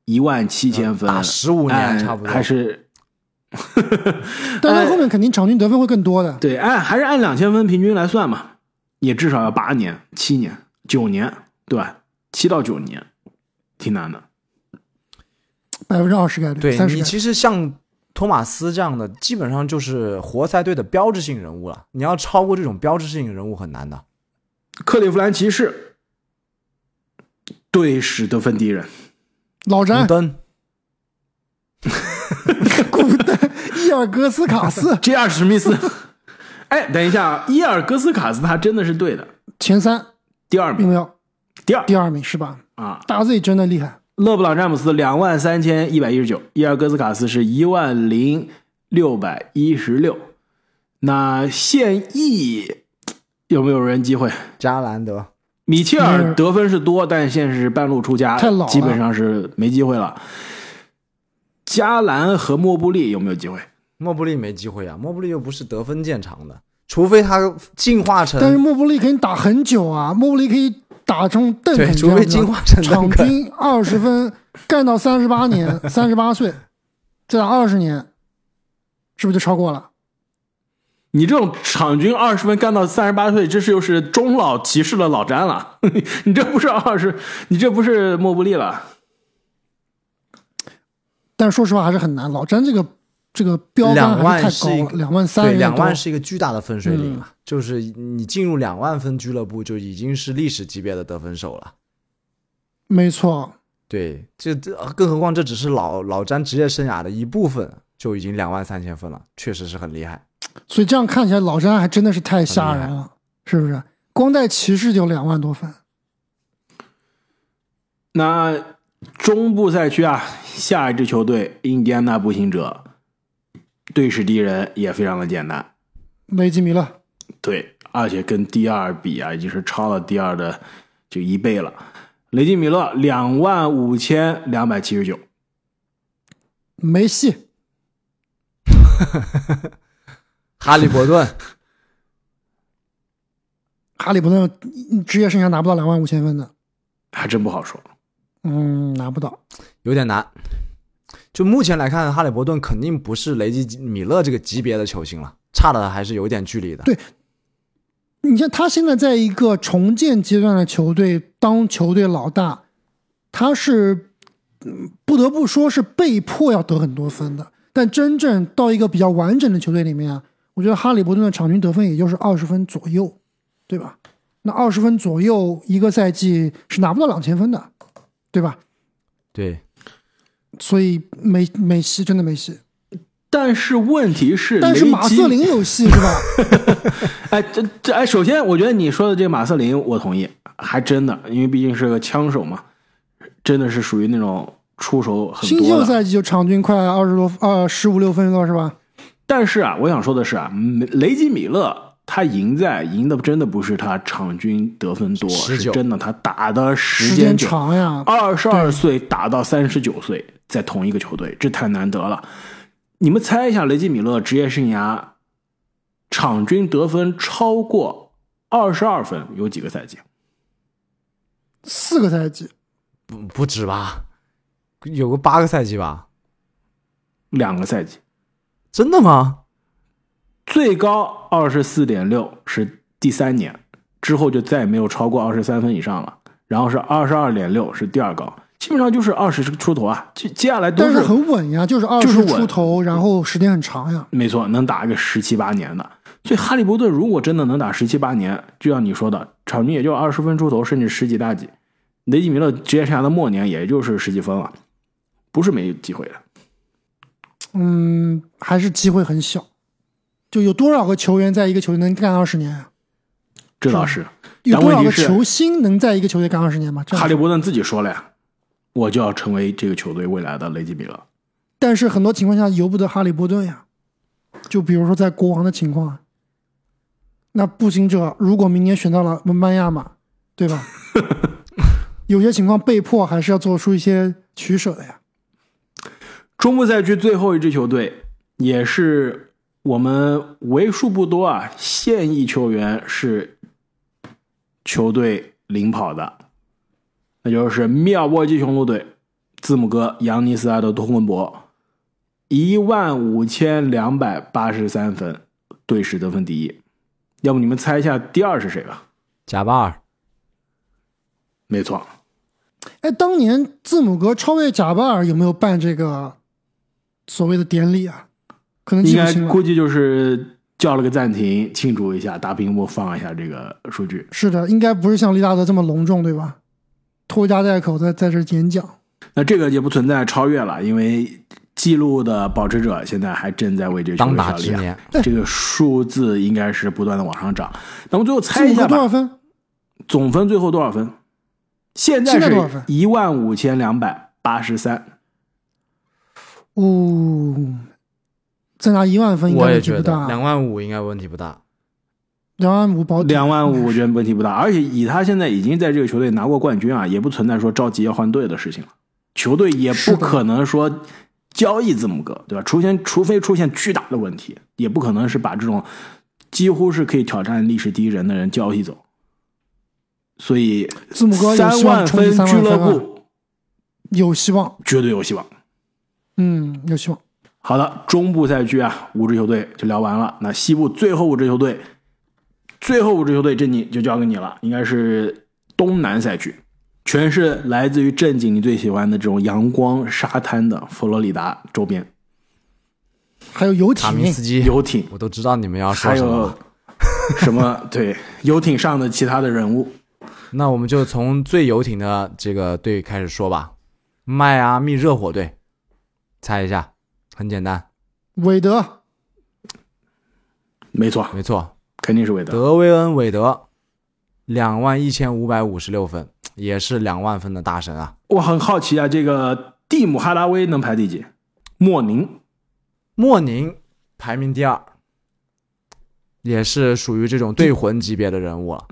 [SPEAKER 1] 一万七千分，
[SPEAKER 3] 打15年
[SPEAKER 1] 按
[SPEAKER 3] 差不多
[SPEAKER 1] 还是
[SPEAKER 2] 但是他后面肯定场均得分会更多的。
[SPEAKER 1] 对，按还是按两千分平均来算嘛，也至少要八年、七年、九年，对吧？七到九年，挺难的。
[SPEAKER 2] 百分之二十概率，
[SPEAKER 3] 对
[SPEAKER 2] 三十
[SPEAKER 3] 你
[SPEAKER 2] 概率。
[SPEAKER 3] 其实像托马斯这样的，基本上就是活塞队的标志性人物了。你要超过这种标志性人物很难的。
[SPEAKER 1] 克利夫兰骑士队史得分第一人，
[SPEAKER 2] 嗯老詹
[SPEAKER 3] 红灯，
[SPEAKER 2] 尔戈斯卡 斯
[SPEAKER 1] j r 史密 斯。哎，等一下，伊尔戈斯卡斯他真的是对的，
[SPEAKER 2] 前三
[SPEAKER 1] 第二
[SPEAKER 2] 有
[SPEAKER 1] 名，
[SPEAKER 2] 没有？
[SPEAKER 1] 第二
[SPEAKER 2] 嗯第二名是吧？
[SPEAKER 1] 啊。
[SPEAKER 2] 打 Z 真的厉害，
[SPEAKER 1] 勒布朗詹姆斯两万三千一百一十九，伊尔戈斯卡斯是一万零六百一十六。那现役有没有人机会？
[SPEAKER 3] 加兰德，
[SPEAKER 1] 米切
[SPEAKER 2] 米
[SPEAKER 1] 尔
[SPEAKER 2] 尔
[SPEAKER 1] 得分是多，但现在是半路出家，
[SPEAKER 2] 太老了
[SPEAKER 1] 基本上是没机会了。加兰和莫布利有没有机会？
[SPEAKER 3] 莫布利没机会啊，莫布利又不是得分见长的，除非他进化
[SPEAKER 2] 但是
[SPEAKER 3] 成
[SPEAKER 2] 莫布利可以打很久啊，莫布利可以打中邓肯
[SPEAKER 3] 对，
[SPEAKER 2] 这
[SPEAKER 3] 除
[SPEAKER 2] 样
[SPEAKER 3] 非
[SPEAKER 2] 子
[SPEAKER 3] 进化成
[SPEAKER 2] 场
[SPEAKER 3] 邓肯。
[SPEAKER 2] 均二十分，干到三十八年，三十八岁，这打二十年，是不是就超过了？
[SPEAKER 1] 你这种场均二十分干到三十八岁，这是又是中老骑士的老詹了。 你这不是二十，你这不是莫布利了。
[SPEAKER 2] 但是说实话还是很难，老詹这个这个标杆
[SPEAKER 3] 两万
[SPEAKER 2] 还
[SPEAKER 3] 是
[SPEAKER 2] 太
[SPEAKER 3] 一
[SPEAKER 2] 高了，
[SPEAKER 3] 个
[SPEAKER 2] 两万三
[SPEAKER 3] 对，
[SPEAKER 2] 有点
[SPEAKER 3] 两
[SPEAKER 2] 高
[SPEAKER 3] 万。是一个巨大的分水岭
[SPEAKER 2] 嗯
[SPEAKER 3] 啊，就是你进入两万分俱乐部就已经是历史级别的得分手了。
[SPEAKER 2] 没错，
[SPEAKER 3] 对，这这，啊更何况这只是老老詹职业生涯的一部分，就已经两万三千分了，确实是很厉害。
[SPEAKER 2] 所以这样看起来老詹还真的是太吓人了，是不是？光带骑士就两万多分，
[SPEAKER 1] 那中部赛区啊，下一支球队印第安纳步行者，对史敌人也非常的简单，
[SPEAKER 2] 雷吉米勒
[SPEAKER 1] 对，而且跟第二比啊，已经是超了第二的就一倍了。雷吉米勒两万五千两百七十九，
[SPEAKER 2] 没戏，
[SPEAKER 3] 哈利伯顿
[SPEAKER 2] 哈利伯顿嗯职业生涯拿不到两万五千分的，
[SPEAKER 1] 还真不好说。
[SPEAKER 2] 嗯，拿不到。
[SPEAKER 3] 有点难，就目前来看，哈利伯顿肯定不是雷吉米勒这个级别的球星了，差的还是有点距离的。
[SPEAKER 2] 对你像他现在在一个重建阶段的球队当球队老大，他是嗯不得不说是被迫要得很多分的。但真正到一个比较完整的球队里面啊，我觉得哈利伯顿的场均得分也就是二十分左右，对吧？那二十分左右一个赛季是拿不到两千分的，对吧？
[SPEAKER 3] 对，
[SPEAKER 2] 所以没没戏，真的没戏。
[SPEAKER 1] 但是问题是，
[SPEAKER 2] 但是马瑟林，有戏是吧？
[SPEAKER 1] 哎，这这哎，首先我觉得你说的这个马瑟林，我同意，还真的，因为毕竟是个枪手嘛，真的是属于那种出手很
[SPEAKER 2] 新
[SPEAKER 1] 多
[SPEAKER 2] 秀
[SPEAKER 1] 的。
[SPEAKER 2] 赛季就场均快二十多呃十五六分了是吧？
[SPEAKER 1] 但是啊，我想说的是啊，嗯雷吉米勒他赢在赢的真的不是他场均得分多，
[SPEAKER 3] 19
[SPEAKER 1] 是真的他打的时
[SPEAKER 2] 时
[SPEAKER 1] 间
[SPEAKER 2] 间
[SPEAKER 1] 久，啊
[SPEAKER 2] 长呀，
[SPEAKER 1] 二十二岁打到三十九岁，在同一个球队，这太难得了。你们猜一下，雷吉米勒职业生涯场均得分超过二十二分有几个赛季？
[SPEAKER 2] 四个赛季。
[SPEAKER 3] 不不止吧，有个八个赛季吧？
[SPEAKER 1] 两个赛季，
[SPEAKER 3] 真的吗？
[SPEAKER 1] 最高二十四点六是第三年，之后就再也没有超过二十三分以上了。然后是二十二点六是第二高，基本上就是二十出头啊。接接下来都
[SPEAKER 2] 但是很稳呀，就是二
[SPEAKER 1] 就是
[SPEAKER 2] 十
[SPEAKER 1] 稳
[SPEAKER 2] 出头，然后时间很长呀。
[SPEAKER 1] 没错，能打个十七八年的。所以哈利伯顿如果真的能打十七八年，就像你说的，场均也就二十分出头，甚至十几大几。雷吉米勒职业生涯的末年也就是十几分了，不是没有机会的。
[SPEAKER 2] 嗯，还是机会很小。就有多少个球员在一个球队能干二十年啊？
[SPEAKER 1] 这倒是，
[SPEAKER 2] 有
[SPEAKER 1] 但
[SPEAKER 2] 多
[SPEAKER 1] 问
[SPEAKER 2] 少
[SPEAKER 1] 题
[SPEAKER 2] 个
[SPEAKER 1] 是
[SPEAKER 2] 球星能在一个球队干二十年吗？这样
[SPEAKER 1] 哈利伯顿自己说了呀，我就要成为这个球队未来的雷吉米勒。
[SPEAKER 2] 但是很多情况下由不得哈利波顿呀。就比如说在国王的情况啊，那步行者如果明年选到了曼亚马，对吧？有些情况被迫还是要做出一些取舍的呀。
[SPEAKER 1] 中部赛区最后一支球队，也是我们为数不多啊，现役球员是球队领跑的，那就是密尔沃基雄鹿队，字母哥扬尼斯·阿德托昆博，一万五千两百八十三分，队史得分第一。要不你们猜一下第二是谁吧？
[SPEAKER 3] 贾巴尔，
[SPEAKER 1] 没错，
[SPEAKER 2] 哎，当年字母哥超越贾巴尔有没有办这个所谓的典礼啊？可能
[SPEAKER 1] 应
[SPEAKER 2] 记不
[SPEAKER 1] 该
[SPEAKER 2] 清了。
[SPEAKER 1] 估计就是叫了个暂停庆祝一下，大屏幕放一下这个数据。
[SPEAKER 2] 是的，应该不是像利拉德这么隆重，对吧？拖家带口在在这演讲，
[SPEAKER 1] 那这个也不存在超越了，因为记录的保持者现在还正在为这个球
[SPEAKER 3] 当
[SPEAKER 1] 队
[SPEAKER 3] 打
[SPEAKER 1] 效
[SPEAKER 3] 之
[SPEAKER 1] 力啊。
[SPEAKER 3] 年，
[SPEAKER 1] 这个数字应该是不断的往上涨。咱们最后猜一
[SPEAKER 2] 五
[SPEAKER 1] 下
[SPEAKER 2] 个多
[SPEAKER 1] 吧，
[SPEAKER 2] 少分？
[SPEAKER 1] 总分最后多少分？现在
[SPEAKER 2] 现在
[SPEAKER 1] 是
[SPEAKER 2] 多少分
[SPEAKER 1] 一万五千两百八十三，
[SPEAKER 2] 五、再拿一万分应该
[SPEAKER 3] 我也
[SPEAKER 2] 问题
[SPEAKER 3] 觉
[SPEAKER 2] 不
[SPEAKER 3] 得
[SPEAKER 2] 大，
[SPEAKER 3] 两万五应该问题不大。
[SPEAKER 2] 两万五保底。
[SPEAKER 1] 两万五我觉得问题不大。而且以他现在已经在这个球队拿过冠军啊，也不存在说着急要换队的事情了。球队也
[SPEAKER 2] 是
[SPEAKER 1] 不
[SPEAKER 2] 的
[SPEAKER 1] 可能说交易字母哥，对吧？除非除非出现巨大的问题，也不可能是把这种几乎是可以挑战历史第一人的人交易走。所以，
[SPEAKER 2] 字母哥有
[SPEAKER 1] 三
[SPEAKER 2] 希望
[SPEAKER 1] 万
[SPEAKER 2] 冲击
[SPEAKER 1] 分
[SPEAKER 2] 三
[SPEAKER 1] 俱
[SPEAKER 2] 万
[SPEAKER 1] 乐
[SPEAKER 2] 分啊，
[SPEAKER 1] 部
[SPEAKER 2] 有希望，
[SPEAKER 1] 绝对有希望。
[SPEAKER 2] 嗯，有希望。
[SPEAKER 1] 好的，中部赛区啊，五支球队就聊完了。那西部最后五支球队，最后五支球队，这你就交给你了，应该是东南赛区，全是来自于正经你最喜欢的这种阳光沙滩的佛罗里达周边
[SPEAKER 2] 还有游艇
[SPEAKER 3] 卡，明斯基，
[SPEAKER 1] 游艇，
[SPEAKER 3] 我都知道你们要说
[SPEAKER 1] 还
[SPEAKER 3] 什么
[SPEAKER 1] 有
[SPEAKER 3] 了。
[SPEAKER 1] 什么对游艇上的其他的人物，
[SPEAKER 3] 那我们就从最游艇的这个队开始说吧，迈阿密热火队，猜一下，很简单，
[SPEAKER 2] 韦德、
[SPEAKER 1] 没错，
[SPEAKER 3] 没错，
[SPEAKER 1] 肯定是韦德。
[SPEAKER 3] 德威恩·韦德，两万一千五百五十六分，也是两万分的大神啊。
[SPEAKER 1] 我很好奇啊，这个蒂姆哈达威能排第几？莫宁
[SPEAKER 3] 莫宁排名第二，也是属于这种队魂级别的人物了。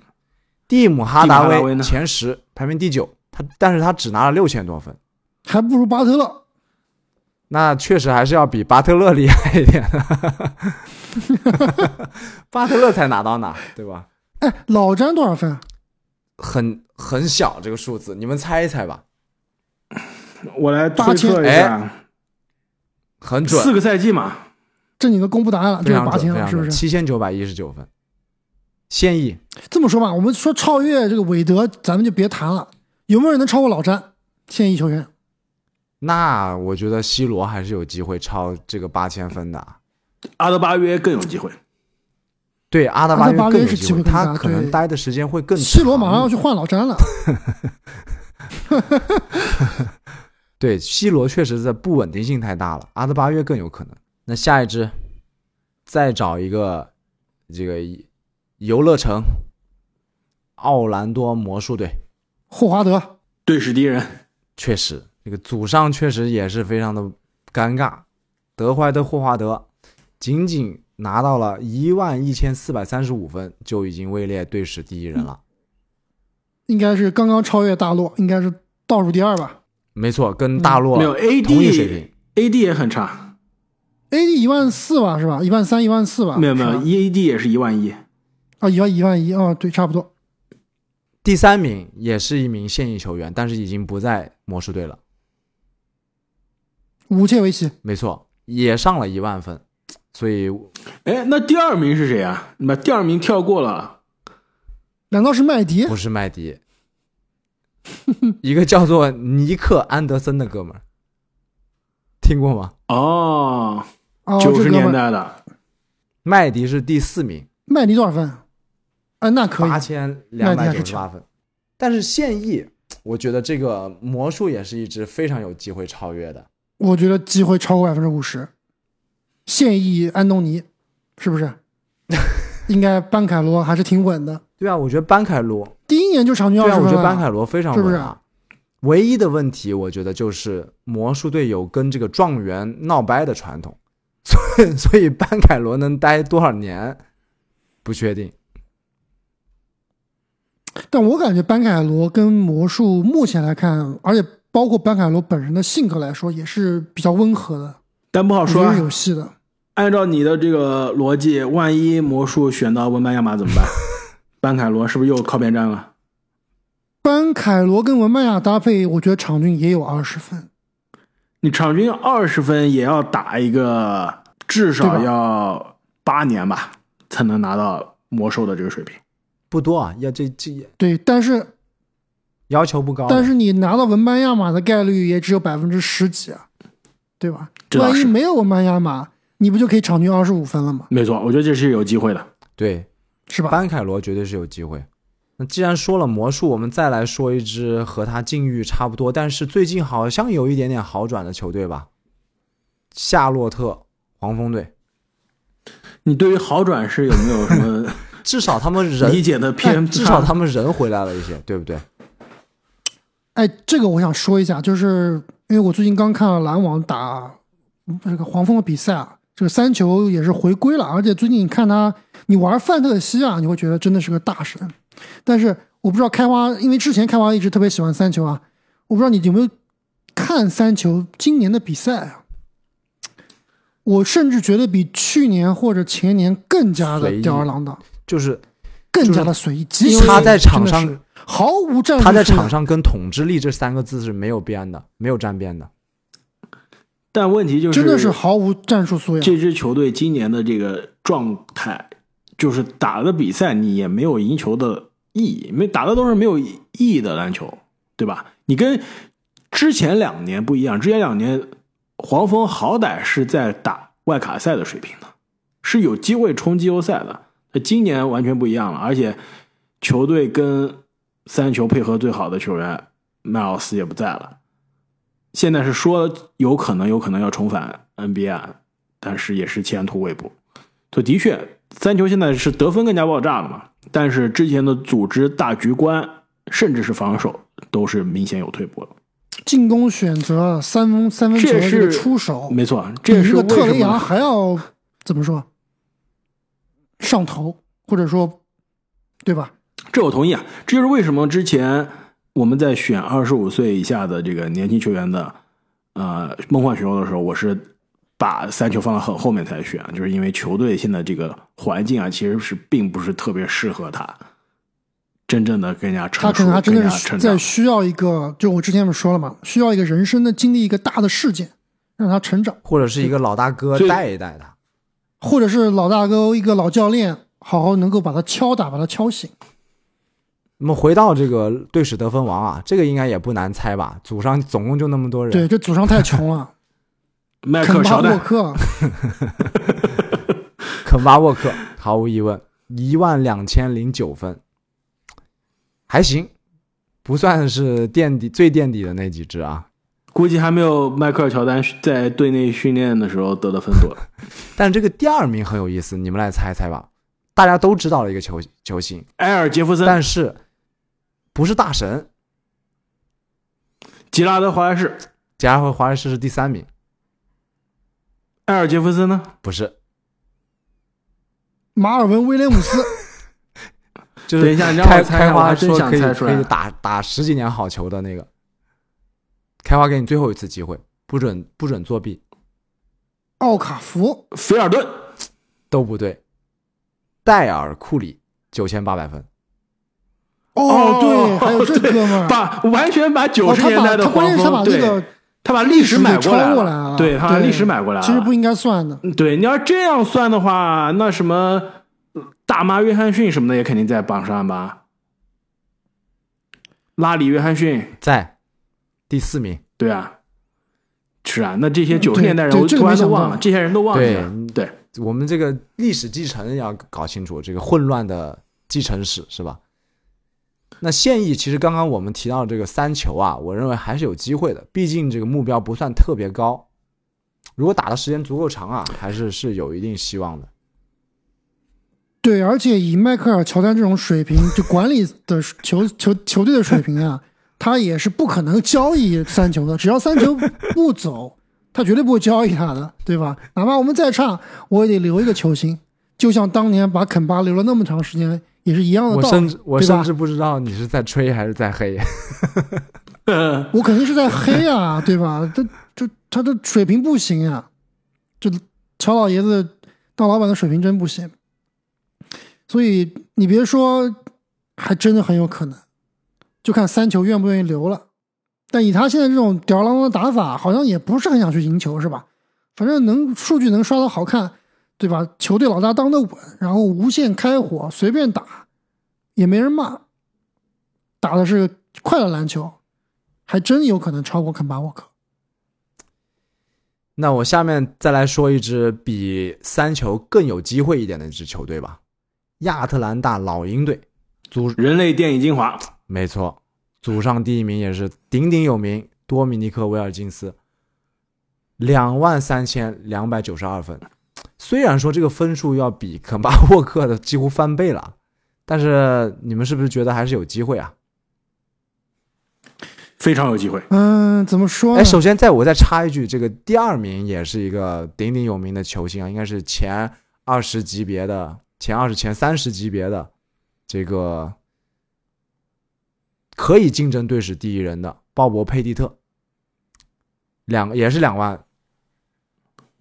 [SPEAKER 3] 蒂姆·哈达
[SPEAKER 1] 蒂姆哈达威
[SPEAKER 3] 威
[SPEAKER 1] 呢
[SPEAKER 3] 前十，排名第九，他但是他只拿了六千多分，
[SPEAKER 2] 还不如巴特勒。
[SPEAKER 3] 那确实还是要比巴特勒厉害一点。 巴特勒才拿到哪，对吧？
[SPEAKER 2] 哎，老詹多少分？
[SPEAKER 3] 很很小这个数字，你们猜一猜吧，
[SPEAKER 1] 我来推测一下，
[SPEAKER 3] 很准，
[SPEAKER 1] 四个赛季嘛，
[SPEAKER 2] 这你都公布答案啊了，就
[SPEAKER 3] 非
[SPEAKER 2] 是
[SPEAKER 3] 常
[SPEAKER 2] 八
[SPEAKER 3] 准，
[SPEAKER 2] 千
[SPEAKER 3] 非
[SPEAKER 2] 了，
[SPEAKER 3] 常
[SPEAKER 2] 是不
[SPEAKER 3] 准，
[SPEAKER 2] 是？
[SPEAKER 3] 七千九百一十九分，现役
[SPEAKER 2] 这么说吧，我们说超越这个韦德，咱们就别谈了。有没有人能超过老詹？现役球员
[SPEAKER 3] 那我觉得 C 罗还是有机会超这个八千分的啊。
[SPEAKER 1] 阿德巴约更有机会。
[SPEAKER 3] 对，阿德巴
[SPEAKER 2] 阿德巴约
[SPEAKER 3] 更有
[SPEAKER 2] 是
[SPEAKER 3] 机
[SPEAKER 2] 机
[SPEAKER 3] 会，
[SPEAKER 2] 会更
[SPEAKER 3] 他
[SPEAKER 2] 大
[SPEAKER 3] 可能
[SPEAKER 2] 对
[SPEAKER 3] 待的时间会更长。
[SPEAKER 2] ，C 罗马上要去换老詹了。
[SPEAKER 3] 对 C 罗确实在不稳定性太大了，阿德巴约更有可能。那下一支，再找一个这个游乐城，奥兰多魔术队，
[SPEAKER 2] 霍华德，
[SPEAKER 1] 对史敌人，
[SPEAKER 3] 确实这个组上确实也是非常的尴尬。德怀特·霍华德仅仅拿到了一万一千四百三十五分，就已经位列队史第一人了。
[SPEAKER 2] 应该是刚刚超越大洛，应该是倒数第二吧。
[SPEAKER 3] 没错，跟大洛
[SPEAKER 1] 嗯没有
[SPEAKER 3] 同一水平
[SPEAKER 1] AD，AD。也很差，
[SPEAKER 2] AD 一万四吧，是吧？一万三、一万四吧？
[SPEAKER 1] 没有没
[SPEAKER 2] 啊是
[SPEAKER 1] 有
[SPEAKER 2] 吧
[SPEAKER 1] ，EAD 也是一万一，
[SPEAKER 2] 啊，一万一万一啊，对，差不多。
[SPEAKER 3] 第三名也是一名现役球员，但是已经不在魔术队了。
[SPEAKER 2] 五切维奇，
[SPEAKER 3] 没错，也上了一万分，所以
[SPEAKER 1] 哎，那第二名是谁啊？你把第二名跳过了，
[SPEAKER 2] 难道是麦迪
[SPEAKER 3] 不？是麦 迪。一个叫做尼克·安德森的哥们儿，听过吗？
[SPEAKER 1] 哦，
[SPEAKER 2] 啊，这
[SPEAKER 1] 九十
[SPEAKER 2] 哥们
[SPEAKER 1] 年
[SPEAKER 2] 儿
[SPEAKER 1] 代的，
[SPEAKER 3] 麦迪是第四名，
[SPEAKER 2] 麦迪多少分？哎，那可以
[SPEAKER 3] 八，千两百
[SPEAKER 2] 麦迪
[SPEAKER 3] 九
[SPEAKER 2] 还
[SPEAKER 3] 十
[SPEAKER 2] 是
[SPEAKER 3] 八分。但是现役，我觉得这个魔术也是一支非常有机会超越的。
[SPEAKER 2] 我觉得机会超过百分之五十。现役安东尼是不 是？应该班凯罗还是挺稳的，
[SPEAKER 3] 对啊，我觉得班凯罗
[SPEAKER 2] 第一年就场均二
[SPEAKER 3] 对啊，
[SPEAKER 2] 十
[SPEAKER 3] 我觉
[SPEAKER 2] 分
[SPEAKER 3] 得班凯
[SPEAKER 2] 了。
[SPEAKER 3] 罗非常
[SPEAKER 2] 是不
[SPEAKER 3] 稳
[SPEAKER 2] 是
[SPEAKER 3] 啊。唯一的问题，我觉得就是魔术队有跟这个状元闹掰的传统， 所以所以班凯罗能待多少年不确定。
[SPEAKER 2] 但我感觉班凯罗跟魔术目前来看，而且包括班凯罗本人的性格来说，也是比较温和的，
[SPEAKER 1] 但不好
[SPEAKER 2] 我
[SPEAKER 1] 说
[SPEAKER 2] 觉得
[SPEAKER 1] 啊
[SPEAKER 2] 是。有戏的。
[SPEAKER 1] 按照你的这个逻辑，万一魔术选到文班亚马怎么办？班凯罗是不是又靠边站了？
[SPEAKER 2] 班凯罗跟文班亚搭配，我觉得场均也有二十分。
[SPEAKER 1] 你场均二十分也要打一个，至
[SPEAKER 2] 对
[SPEAKER 1] 少
[SPEAKER 2] 吧
[SPEAKER 1] 要八年吧，才能拿到魔兽的这个水平。
[SPEAKER 3] 不多啊，要这这
[SPEAKER 2] 对，但是
[SPEAKER 3] 要求不高。啊
[SPEAKER 2] 但是你拿到文班亚马的概率也只有百分之十几啊，对吧？
[SPEAKER 1] 这倒
[SPEAKER 2] 万一
[SPEAKER 1] 是
[SPEAKER 2] 没有文班亚马，你不就可以场均二十五分了吗？
[SPEAKER 1] 没错，我觉得这是有机会的。
[SPEAKER 3] 对
[SPEAKER 2] 是吧？
[SPEAKER 3] 班凯罗绝对是有机会。那既然说了魔术，我们再来说一支和他境遇差不多，但是最近好像有一点点好转的球队吧？夏洛特黄蜂队，
[SPEAKER 1] 你对于好转是有没有什么
[SPEAKER 3] 至少他们人
[SPEAKER 1] 理解的偏差？
[SPEAKER 3] 哎至少他们人回来了一些，对不对？
[SPEAKER 2] 哎，这个我想说一下，就是因为我最近刚看了篮网打嗯这个黄蜂的比赛啊，这个三球也是回归了，而且最近你看他，你玩范特西啊，你会觉得真的是个大神。但是我不知道开花，因为之前开花一直特别喜欢三球啊，我不知道你有没有看三球今年的比赛啊？我甚至觉得比去年或者前年更加的
[SPEAKER 3] 随意
[SPEAKER 2] 吊儿郎当，
[SPEAKER 3] 就是
[SPEAKER 2] 更加的随意，极
[SPEAKER 3] 因
[SPEAKER 2] 其
[SPEAKER 3] 为他在
[SPEAKER 2] 随意
[SPEAKER 3] 场
[SPEAKER 2] 真的
[SPEAKER 3] 上
[SPEAKER 2] 是毫无战术素养，
[SPEAKER 3] 他在场上跟统治力这三个字是没有变的，没有沾边的。
[SPEAKER 1] 但问题就是，
[SPEAKER 2] 真的是毫无战术素养。
[SPEAKER 1] 这支球队今年的这个状态，就是打的比赛你也没有赢球的意义，没打的都是没有意义的篮球，对吧？你跟之前两年不一样，之前两年黄蜂好歹是在打外卡赛的水平的，是有机会冲季后赛的。那今年完全不一样了，而且球队跟三球配合最好的球员麦尔斯也不在了。现在是说有可能有可能要重返 NBA，啊但是也是前途未卜。就的确，三球现在是得分更加爆炸了嘛，但是之前的组织大局观，甚至是防守，都是明显有退步了。
[SPEAKER 2] 进攻选择三分三分球
[SPEAKER 1] 这
[SPEAKER 2] 的这
[SPEAKER 1] 是
[SPEAKER 2] 个出手，
[SPEAKER 1] 没错，这是
[SPEAKER 2] 哦比那个特
[SPEAKER 1] 为
[SPEAKER 2] 雷
[SPEAKER 1] 什
[SPEAKER 2] 杨
[SPEAKER 1] 么
[SPEAKER 2] 还要怎么说上头，或者说对吧？
[SPEAKER 1] 这我同意啊，这就是为什么之前我们在选二十五岁以下的这个年轻球员的呃梦幻选秀的时候，我是把三球放到很后面才选，啊就是因为球队现在这个环境啊，其实是并不是特别适合他真正的更加成
[SPEAKER 2] 他可
[SPEAKER 1] 熟
[SPEAKER 2] 能还、真
[SPEAKER 1] 更
[SPEAKER 2] 的
[SPEAKER 1] 加
[SPEAKER 2] 是
[SPEAKER 1] 成
[SPEAKER 2] 在
[SPEAKER 1] 长。
[SPEAKER 2] 需要一个，就我之前也说了嘛，需要一个人生的经历一个大的事件，让他成长，
[SPEAKER 3] 或者是一个老大哥
[SPEAKER 1] 所以
[SPEAKER 3] 带一带他。
[SPEAKER 2] 或者是老大哥一个老教练，好好能够把他敲打，把他敲醒。
[SPEAKER 3] 那么回到这个队史得分王啊，这个应该也不难猜吧？祖上总共就那么多人，
[SPEAKER 2] 对，这祖上太 穷了，
[SPEAKER 1] 迈啊克
[SPEAKER 2] 肯
[SPEAKER 1] 尔
[SPEAKER 2] 巴
[SPEAKER 1] 乔
[SPEAKER 2] 沃
[SPEAKER 1] 丹，
[SPEAKER 2] 克
[SPEAKER 3] 肯巴沃克毫无疑问一万两千零九分，还行，不算是垫底最垫底的那几支啊。
[SPEAKER 1] 估计还没有迈克尔乔丹在队内训练的时候得的分多。
[SPEAKER 3] 但是这个第二名很有意思，你们来猜猜吧。大家都知道的一个球球星，
[SPEAKER 1] 埃尔杰弗森、
[SPEAKER 3] 但是不是大神，
[SPEAKER 1] 吉拉德华莱士，
[SPEAKER 3] 加上华莱士是第三名，
[SPEAKER 1] 埃尔杰弗森呢？
[SPEAKER 3] 不是，
[SPEAKER 2] 马尔文威廉姆斯。
[SPEAKER 3] 就是
[SPEAKER 1] 等一下你让我
[SPEAKER 3] 开
[SPEAKER 1] 猜一下
[SPEAKER 3] 开
[SPEAKER 1] 我
[SPEAKER 3] 花
[SPEAKER 1] 还真
[SPEAKER 3] 说
[SPEAKER 1] 想
[SPEAKER 3] 可以
[SPEAKER 1] 猜出来
[SPEAKER 3] 可以打打十几年好球的那个，开花给你最后一次机会，不准不准作弊，
[SPEAKER 2] 奥卡福，
[SPEAKER 1] 菲尔顿、
[SPEAKER 3] 都不对。戴尔库里九千八百分，
[SPEAKER 1] 哦
[SPEAKER 2] 哦， 对，还有这
[SPEAKER 1] 对
[SPEAKER 2] 哥们儿，
[SPEAKER 1] 把完全把九
[SPEAKER 2] 哦，
[SPEAKER 1] 十
[SPEAKER 2] 他
[SPEAKER 1] 年代
[SPEAKER 2] 把
[SPEAKER 1] 的
[SPEAKER 2] 他
[SPEAKER 1] 黄
[SPEAKER 2] 关键是他
[SPEAKER 1] 蜂，
[SPEAKER 2] 把那
[SPEAKER 1] 对，
[SPEAKER 2] 个
[SPEAKER 1] 他把历史买
[SPEAKER 2] 给
[SPEAKER 1] 过来
[SPEAKER 2] 超过来
[SPEAKER 1] 了，
[SPEAKER 2] 了，啊
[SPEAKER 1] 对，他把历史买过来了。嗯
[SPEAKER 2] 其实不应该算的。
[SPEAKER 1] 对，你要这样算的话，那什么呃大妈约翰逊什么的也肯定在榜上吧？拉里约翰逊，
[SPEAKER 3] 在第四名。
[SPEAKER 1] 对啊，是啊，那这些九十
[SPEAKER 2] 嗯对
[SPEAKER 1] 年代人
[SPEAKER 2] 对
[SPEAKER 1] 我
[SPEAKER 2] 这个
[SPEAKER 1] 突然
[SPEAKER 2] 没
[SPEAKER 1] 都
[SPEAKER 2] 想
[SPEAKER 1] 忘
[SPEAKER 2] 到
[SPEAKER 1] 了，这些人都忘记
[SPEAKER 3] 对
[SPEAKER 1] 了，对，
[SPEAKER 3] 我们这个历史继承要搞清楚这个混乱的继承史是吧？那现役其实刚刚我们提到这个三球啊，我认为还是有机会的，毕竟这个目标不算特别高。如果打的时间足够长啊，还是是有一定希望的。
[SPEAKER 2] 对，而且以迈克尔乔丹这种水平，就管理的球球球队的水平 啊，他也是不可能交易三球的。只要三球不走，他绝对不会交易他的，对吧？哪怕我们再差，我也得留一个球星，就像当年把肯巴留了那么长时间，也是一样的
[SPEAKER 3] 我
[SPEAKER 2] 道
[SPEAKER 3] 甚
[SPEAKER 2] 理
[SPEAKER 3] 至。
[SPEAKER 2] 嗯
[SPEAKER 3] 我
[SPEAKER 2] 对吧
[SPEAKER 3] 甚至不知道你是在吹还是在黑。
[SPEAKER 1] 呃，
[SPEAKER 2] 我肯定是在黑啊，对吧？他这他的水平不行啊，这乔老爷子当老板的水平真不行。所以你别说，还真的很有可能，就看三球愿不愿意留了。但以他现在这种吊儿郎当的打法，好像也不是很想去赢球，是吧？反正能数据能刷的好看，对吧？球队老大当的稳，然后无限开火，随便打，也没人骂，打的是快乐篮球，还真有可能超过肯巴沃克。
[SPEAKER 3] 那我下面再来说一支比三球更有机会一点的一支球队吧，亚特兰大老鹰队，祖
[SPEAKER 1] 人类电影精华，
[SPEAKER 3] 没错，祖上第一名也是鼎鼎有名，多米尼克·威尔金斯。两万三千两百九十二分。虽然说这个分数要比肯巴沃克的几乎翻倍了，但是你们是不是觉得还是有机会啊？
[SPEAKER 1] 非常有机会。
[SPEAKER 2] 嗯，怎么说呢？
[SPEAKER 3] 哎，首先在我再插一句，这个第二名也是一个鼎鼎有名的球星啊，应该是前二十级别的、前二十、前三十级别的这个可以竞争队史第一人的鲍勃·佩蒂特，两也是两万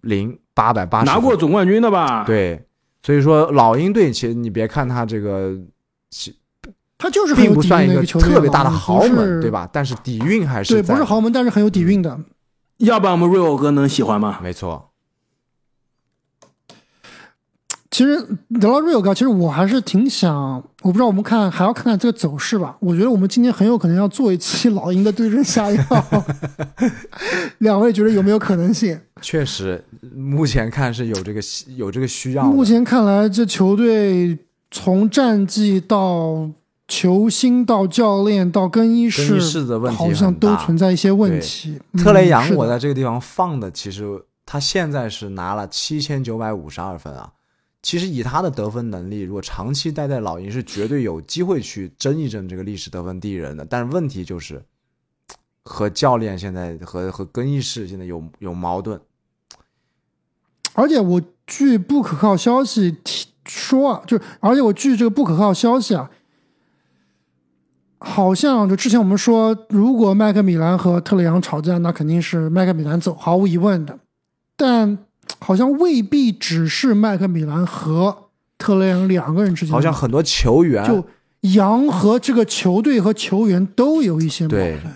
[SPEAKER 3] 零八百八十，
[SPEAKER 1] 拿过总冠军的吧？，
[SPEAKER 3] 对，所以说老鹰队其实你别看他这个
[SPEAKER 2] 他就是很
[SPEAKER 3] 并
[SPEAKER 2] 有
[SPEAKER 3] 不
[SPEAKER 2] 底蕴
[SPEAKER 3] 算
[SPEAKER 2] 的
[SPEAKER 3] 一
[SPEAKER 2] 一
[SPEAKER 3] 个
[SPEAKER 2] 球队嘛，
[SPEAKER 3] 特别大的豪
[SPEAKER 2] 不
[SPEAKER 3] 门，
[SPEAKER 2] 是
[SPEAKER 3] 对？吧？但是底蕴还是
[SPEAKER 2] 对，不
[SPEAKER 3] 在
[SPEAKER 2] 是豪门，但是很有底蕴的。
[SPEAKER 1] 要不然我们 Rio 哥能喜欢吗？
[SPEAKER 3] 没错，
[SPEAKER 2] 其实聊到 Real 哥，其实我还是挺想，我不知道我们看还要看看这个走势吧。我觉得我们今天很有可能要做一期老鹰的对症下药， 两位觉得有没有可能性？
[SPEAKER 3] 确实，目前看是有这个需有这个需要的。
[SPEAKER 2] 目前看来，这球队从战绩到球星到教练到更衣室，
[SPEAKER 3] 更衣室的问题
[SPEAKER 2] 好像
[SPEAKER 3] 很
[SPEAKER 2] 都
[SPEAKER 3] 大
[SPEAKER 2] 存在一些问题。嗯
[SPEAKER 3] 特雷杨，
[SPEAKER 2] 是
[SPEAKER 3] 我
[SPEAKER 2] 的
[SPEAKER 3] 在这个地方放的，其实他现在是拿了七千九百五十二分啊。其实以他的得分能力，如果长期待在老鹰，是绝对有机会去争一争这个历史得分第一人的。但是问题就是，和教练现在和和更衣室现在有有矛盾。
[SPEAKER 2] 而且我据不可靠消息提说啊，就是而且我据这个不可靠消息啊，好像就之前我们说，如果麦克米兰和特雷杨吵架，那肯定是麦克米兰走，毫无疑问的。但好像未必只是麦克米兰和特雷杨两个人之间的
[SPEAKER 3] 好
[SPEAKER 2] 问题，
[SPEAKER 3] 像很多球员
[SPEAKER 2] 嗯就杨和这个球队和球员都有一些矛
[SPEAKER 3] 对
[SPEAKER 2] 盾，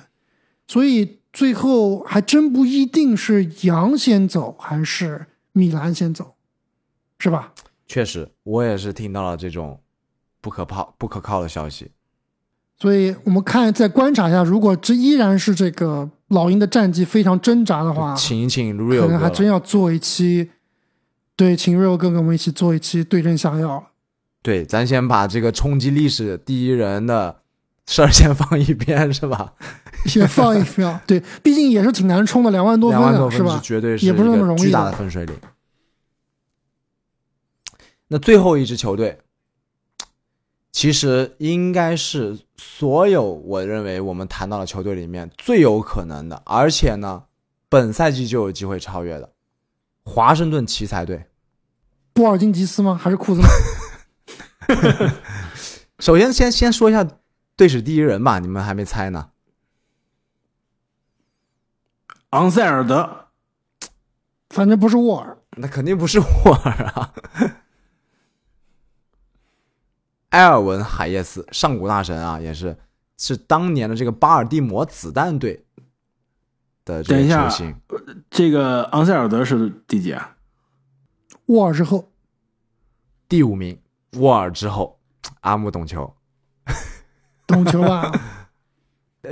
[SPEAKER 2] 所以最后还真不一定是杨先走还是米兰先走，是吧？
[SPEAKER 3] 确实，我也是听到了这种不可靠不可靠的消息。
[SPEAKER 2] 所以我们看再观察一下，如果这依然是这个老鹰的战绩非常挣扎的话，
[SPEAKER 3] 请一请
[SPEAKER 2] 可
[SPEAKER 3] Rio
[SPEAKER 2] 能还
[SPEAKER 3] 哥
[SPEAKER 2] 真
[SPEAKER 3] 了，
[SPEAKER 2] 要做一期，对，请瑞欧哥跟我们一起做一期对症下药 了。
[SPEAKER 3] 对，咱先把这个冲击历史第一人的事儿先放一边，是吧？
[SPEAKER 2] 也放一 票，对，毕竟也是挺难冲的，两万多分
[SPEAKER 3] 两万
[SPEAKER 2] 的
[SPEAKER 3] 多
[SPEAKER 2] 是
[SPEAKER 3] 分
[SPEAKER 2] 吧？
[SPEAKER 3] 绝对是
[SPEAKER 2] 也不是那么容易的
[SPEAKER 3] 一个巨大的分水岭。那最后一支球队，其实应该是所有我认为我们谈到的球队里面最有可能的，而且呢，本赛季就有机会超越的华盛顿奇才队。
[SPEAKER 2] 波尔津吉斯吗？还是库兹马？
[SPEAKER 3] 首先先先说一下队史第一人吧，你们还没猜呢。
[SPEAKER 1] 昂塞尔德，
[SPEAKER 2] 反正不是沃尔。
[SPEAKER 3] 那肯定不是沃尔啊！埃尔文·海耶斯，上古大神啊，也是是当年的这个巴尔的摩子弹队的这
[SPEAKER 1] 等
[SPEAKER 3] 个
[SPEAKER 1] 一下呃
[SPEAKER 3] 球星。
[SPEAKER 1] 这个昂塞尔德是第几啊？
[SPEAKER 2] 沃尔之后，
[SPEAKER 3] 第五名，沃尔之后，阿木懂球，
[SPEAKER 2] 懂球 吧？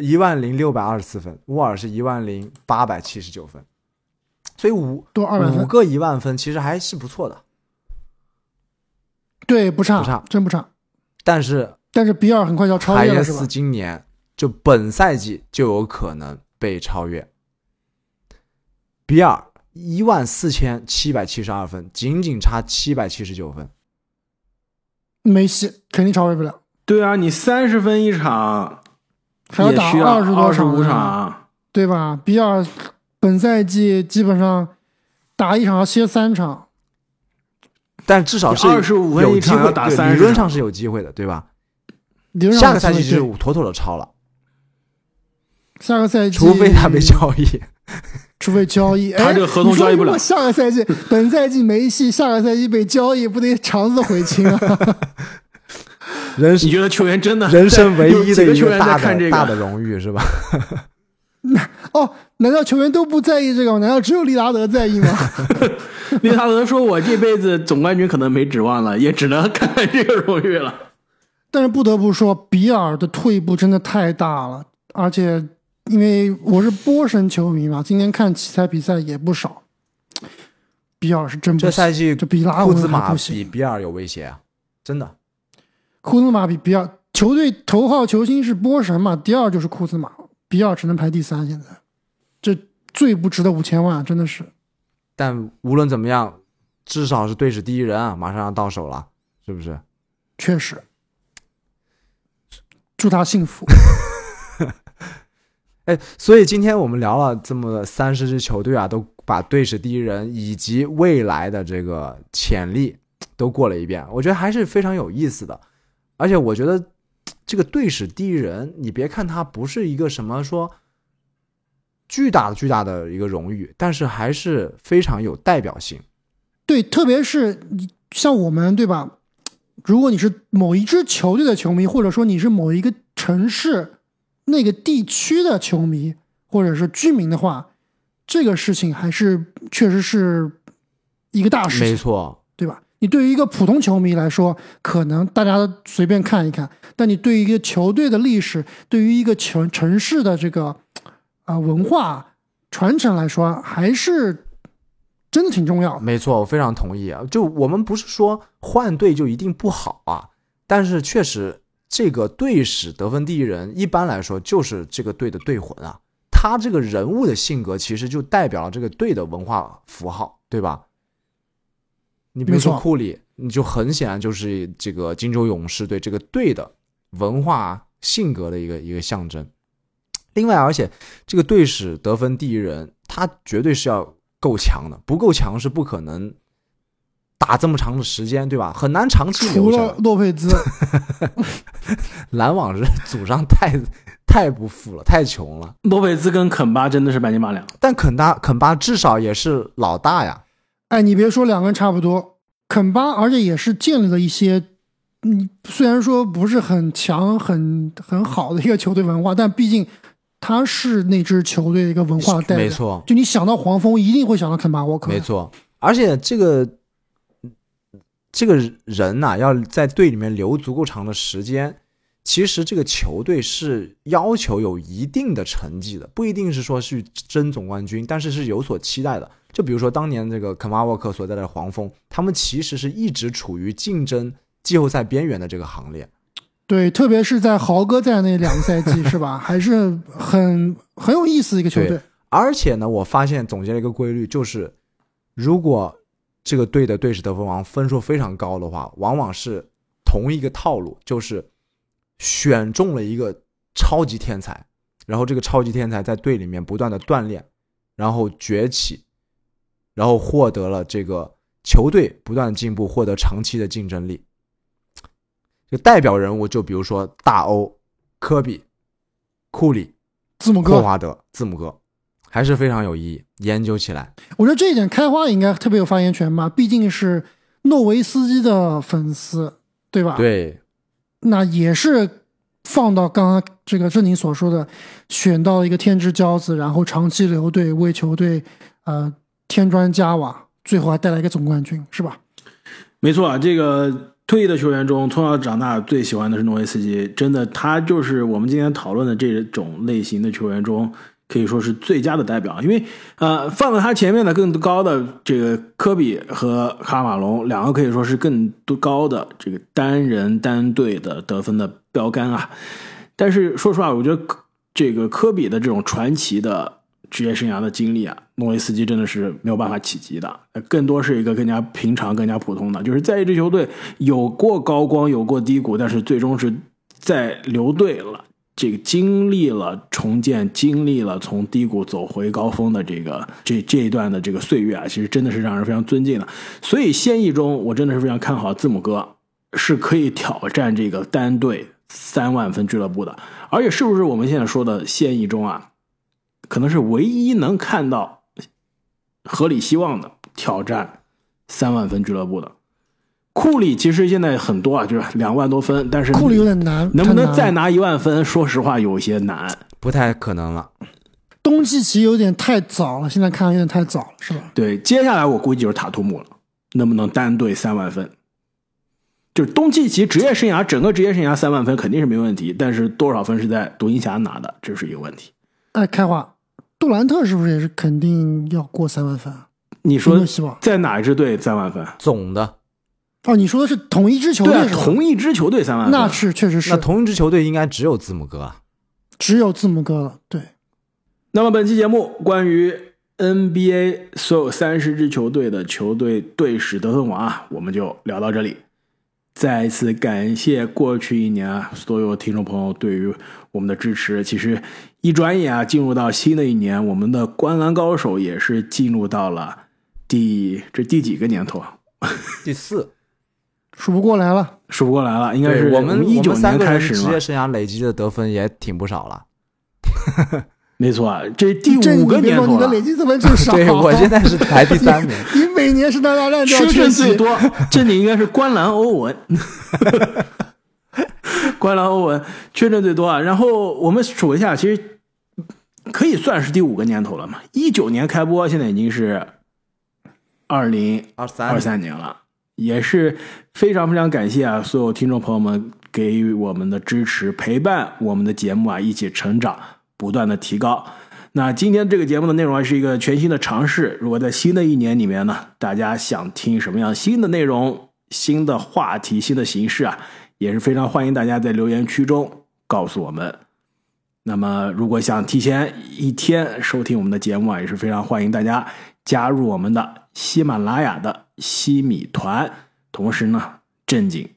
[SPEAKER 3] 一万零六百二十四分，沃尔是一万零八百七十九分，所以五
[SPEAKER 2] 多二百
[SPEAKER 3] 五
[SPEAKER 2] 分，
[SPEAKER 3] 个一万分其实还是不错的。
[SPEAKER 2] 对，不差，
[SPEAKER 3] 不差
[SPEAKER 2] 真不差。
[SPEAKER 3] 但是
[SPEAKER 2] 但是比尔很快就要超
[SPEAKER 3] 海
[SPEAKER 2] 越
[SPEAKER 3] 耶
[SPEAKER 2] 了，是
[SPEAKER 3] 斯
[SPEAKER 2] 吧？
[SPEAKER 3] 今年就本赛季就有可能被超越。比尔一万四千七百七十二分，仅仅差七百七十九分。
[SPEAKER 2] 梅西肯定超越不了，
[SPEAKER 1] 对啊，你三十分一场，
[SPEAKER 2] 还要打
[SPEAKER 1] 也需要
[SPEAKER 2] 二十多
[SPEAKER 1] 十五
[SPEAKER 2] 呢
[SPEAKER 3] 啊
[SPEAKER 1] 场，啊
[SPEAKER 2] 对吧？比尔本赛季基本上打一场要歇三场，
[SPEAKER 3] 但至少是
[SPEAKER 1] 你25分
[SPEAKER 3] 有
[SPEAKER 1] 一
[SPEAKER 3] 机
[SPEAKER 1] 场
[SPEAKER 3] 会
[SPEAKER 1] 要打
[SPEAKER 3] 对
[SPEAKER 1] 30
[SPEAKER 3] 理论上是有机会的，对吧？
[SPEAKER 2] 理论上
[SPEAKER 3] 下个赛季
[SPEAKER 2] 对
[SPEAKER 3] 就是妥妥的超了，
[SPEAKER 2] 下个赛季，
[SPEAKER 3] 除非他被，交易。
[SPEAKER 2] 除非交 易，
[SPEAKER 1] 他
[SPEAKER 2] 哎
[SPEAKER 1] 这个合同交易不了
[SPEAKER 2] 你说如果下个赛季，本赛季梅西，下个赛季被交易，不得肠子悔青啊？
[SPEAKER 3] 人
[SPEAKER 1] 你觉得球员真的
[SPEAKER 3] 人生唯一的
[SPEAKER 1] 有几个
[SPEAKER 3] 一
[SPEAKER 1] 球
[SPEAKER 3] 个
[SPEAKER 1] 员在
[SPEAKER 3] 大的、
[SPEAKER 1] 看这
[SPEAKER 3] 大的
[SPEAKER 1] 个？
[SPEAKER 3] 荣誉是吧？
[SPEAKER 2] 哦，难道球员都不在意这个吗？难道只有利拉德在意吗？
[SPEAKER 1] 利塔德说：“我这辈子总冠军可能没指望了，也只能看看这个荣誉了。
[SPEAKER 2] 但是不得不说，比尔的退步真的太大了，而且因为我是波神球迷嘛，今天看奇才比赛也不少。比尔是真不行
[SPEAKER 3] 这赛季
[SPEAKER 2] 这比拉
[SPEAKER 3] 库
[SPEAKER 2] 文
[SPEAKER 3] 兹
[SPEAKER 2] 还
[SPEAKER 3] 马
[SPEAKER 2] 不
[SPEAKER 3] 比
[SPEAKER 2] 行，
[SPEAKER 3] 比尔有威胁啊！真的，
[SPEAKER 2] 库兹马比比尔球队头号球星是波神嘛，第二就是库兹马，比尔只能排第三。现在这最不值的五千万，真的是。
[SPEAKER 3] 但无论怎么样，至少是队史第一人啊，马上要到手了，是不是？
[SPEAKER 2] 确实，祝他幸福。
[SPEAKER 3] 哎，所以今天我们聊了这么三十支球队啊，都把队史第一人以及未来的这个潜力都过了一遍，我觉得还是非常有意思的。而且我觉得这个队史第一人，你别看他不是一个什么说巨大的巨大的一个荣誉，但是还是非常有代表性。
[SPEAKER 2] 对，特别是你像我们对吧？如果你是某一支球队的球迷，或者说你是某一个城市、那个地区的球迷，或者是居民的话，这个事情还是确实是一个大事
[SPEAKER 3] 没
[SPEAKER 2] 情，
[SPEAKER 3] 错，
[SPEAKER 2] 对吧？你对于一个普通球迷来说，可能大家随便看一看，但你对于一个球队的历史，对于一个城城市的这个啊、呃文化传承来说，还是真的挺重要的。
[SPEAKER 3] 没错，我非常同意啊。就我们不是说换队就一定不好啊，但是确实这个队史得分第一人，一般来说就是这个队的队魂啊。他这个人物的性格其实就代表了这个队的文化符号，对吧？你比如说
[SPEAKER 2] 没错
[SPEAKER 3] 库里，你就很显然就是这个金州勇士队这个队的文化性格的一个一个象征。另外，而且这个队史得分第一人，他绝对是要够强的，不够强是不可能打这么长的时间，对吧？很难长期
[SPEAKER 2] 除
[SPEAKER 3] 留
[SPEAKER 2] 了
[SPEAKER 3] 着。
[SPEAKER 2] 洛佩兹，
[SPEAKER 3] 篮网是祖上太太不富了，太穷了。
[SPEAKER 1] 诺贝兹跟肯巴真的是半斤八两。
[SPEAKER 3] 但肯巴肯巴至少也是老大呀，
[SPEAKER 2] 哎，你别说两个人差不多，肯巴，而且也是建立了一些，嗯，虽然说不是很强、很很好的一个球队文化，但毕竟他是那支球队的一个文化代表。
[SPEAKER 3] 没，错，
[SPEAKER 2] 就你想到黄蜂，一定会想到肯巴沃克。
[SPEAKER 3] 没，错。而且这个这个人呐、要在队里面留足够长的时间。其实这个球队是要求有一定的成绩的，不一定是说去争总冠军，但是是有所期待的。就比如说当年这个肯巴沃克所在的黄蜂，他们其实是一直处于竞争季后赛边缘的这个行列。
[SPEAKER 2] 对，特别是在豪哥在那两个赛 季，是吧？还是很很有意思的一个球队
[SPEAKER 3] 对。而且呢，我发现总结了一个规律，就是如果这个队的队史得分王分数非常高的话，往往是同一个套路，就是选中了一个超级天才，然后这个超级天才在队里面不断的锻炼，然后崛起，然后获得了这个球队不断的进步，获得长期的竞争力。就代表人物就比如说大欧、科比、库里、
[SPEAKER 2] 字母
[SPEAKER 3] 霍
[SPEAKER 2] 哥，
[SPEAKER 3] 华德、字母哥，还是非常有意义。研究起来，
[SPEAKER 2] 我觉得这一点开花应该特别有发言权吧，毕竟是诺维斯基的粉丝，对吧？
[SPEAKER 3] 对，
[SPEAKER 2] 那也是放到刚刚这个正宁所说的，选到了一个天之骄子，然后长期留队，为球队呃添砖加瓦，最后还带来一个总冠军，是吧？
[SPEAKER 1] 没错，啊这个退役的球员中，从小长大最喜欢的是诺维斯基。真的，他就是我们今天讨论的这种类型的球员中，可以说是最佳的代表。因为呃，放在他前面的更高的这个科比和卡马隆，两个可以说是更多高的这个单人单队的得分的标杆啊。但是说实话，我觉得科这个科比的这种传奇的职业生涯的经历啊，诺维斯基真的是没有办法企及的，呃更多是一个更加平常、更加普通的，就是在一支球队有过高光、有过低谷，但是最终是在留队了。这个经历了重建，经历了从低谷走回高峰的这个这这一段的这个岁月啊，其实真的是让人非常尊敬的。所以现役中，我真的是非常看好字母哥是可以挑战这个单队三万分俱乐部的，而且是不是我们现在说的现役中啊，可能是唯一能看到合理希望的挑战三万分俱乐部的。库里其实现在很多啊，就是两万多分，但是
[SPEAKER 2] 库里有点难，
[SPEAKER 1] 嗯能不
[SPEAKER 2] 太
[SPEAKER 1] 能
[SPEAKER 2] 难
[SPEAKER 1] 再拿一万分，说实话有些难。
[SPEAKER 3] 不太可能了。
[SPEAKER 2] 东契奇有点太早了，现在看有点太早了，是吧？
[SPEAKER 1] 对，接下来我估计就是塔图姆了，能不能单队三万分？就是东契奇职业生涯整个职业生涯三万分肯定是没问题，但是多少分是在独行侠拿的，这是一个问题。
[SPEAKER 2] 哎，开花，杜兰特是不是也是肯定要过三万分啊？
[SPEAKER 1] 你
[SPEAKER 2] 有没
[SPEAKER 1] 说
[SPEAKER 2] 有希望？
[SPEAKER 1] 在哪一支队三万分？
[SPEAKER 3] 总的，
[SPEAKER 2] 哦，你说的是同一支球
[SPEAKER 1] 对
[SPEAKER 2] 队
[SPEAKER 1] 啊，
[SPEAKER 2] 是吧？
[SPEAKER 1] 同一支球队啊三万分，
[SPEAKER 2] 那是确实
[SPEAKER 3] 那
[SPEAKER 2] 是
[SPEAKER 3] 同一支球队应该只有字母哥啊。
[SPEAKER 2] 只有字母哥了，对。
[SPEAKER 1] 那么本期节目关于 NBA 所有三十支球队的球队队史得分王啊，我们就聊到这里。再次感谢过去一年啊，所有听众朋友对于我们的支持。其实一转眼啊，进入到新的一年，我们的《灌篮高手》也是进入到了第这第几个年头啊？
[SPEAKER 3] 第四，
[SPEAKER 2] 数不过来了。
[SPEAKER 1] 数不过来了，应该
[SPEAKER 3] 对
[SPEAKER 1] 是
[SPEAKER 3] 我们
[SPEAKER 1] 一
[SPEAKER 3] 我
[SPEAKER 1] 九
[SPEAKER 3] 们三
[SPEAKER 1] 年
[SPEAKER 3] 个
[SPEAKER 1] 开
[SPEAKER 3] 人
[SPEAKER 1] 始
[SPEAKER 3] 职
[SPEAKER 1] 嘛
[SPEAKER 3] 业。生涯累积的得分也挺不少了。
[SPEAKER 1] 没错啊，这第
[SPEAKER 2] 这
[SPEAKER 1] 五
[SPEAKER 2] 你
[SPEAKER 1] 个
[SPEAKER 2] 别
[SPEAKER 1] 年
[SPEAKER 2] 说
[SPEAKER 1] 头
[SPEAKER 2] 你的
[SPEAKER 1] 了
[SPEAKER 2] 累。积得分就少。
[SPEAKER 3] 对我现在是排第三 名。
[SPEAKER 2] 你每年圣诞 大战都要
[SPEAKER 1] 缺
[SPEAKER 2] 缺
[SPEAKER 1] 阵
[SPEAKER 2] 席
[SPEAKER 1] 最，多， 这里应该是观澜欧文。 观澜欧文缺阵最多啊。然后我们数一下，其实可以算是第五个年头了嘛。一九年开播，现在已经是二零
[SPEAKER 3] 二三
[SPEAKER 1] 二三年了，也是非常非常感谢啊，所有听众朋友们给予我们的支持、陪伴我们的节目啊，一起成长，不断的提高。那今天这个节目的内容还是一个全新的尝试。如果在新的一年里面呢，大家想听什么样新的内容、新的话题、新的形式啊，也是非常欢迎大家在留言区中告诉我们。那么，如果想提前一天收听我们的节目啊，也是非常欢迎大家加入我们的喜马拉雅的西米团。同时呢，正经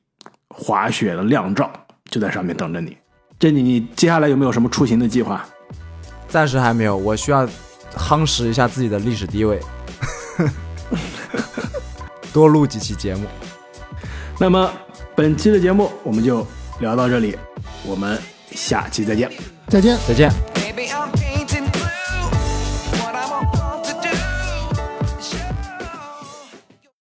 [SPEAKER 1] 滑雪的靓照就在上面等着你。正经，你接下来有没有什么出行的计划？
[SPEAKER 3] 暂时还没有，我需要夯实一下自己的历史地 位，多录几期节目。
[SPEAKER 1] 那么，本期的节目我们就聊到这里，我们下期再见。
[SPEAKER 2] 再见。
[SPEAKER 3] 再见。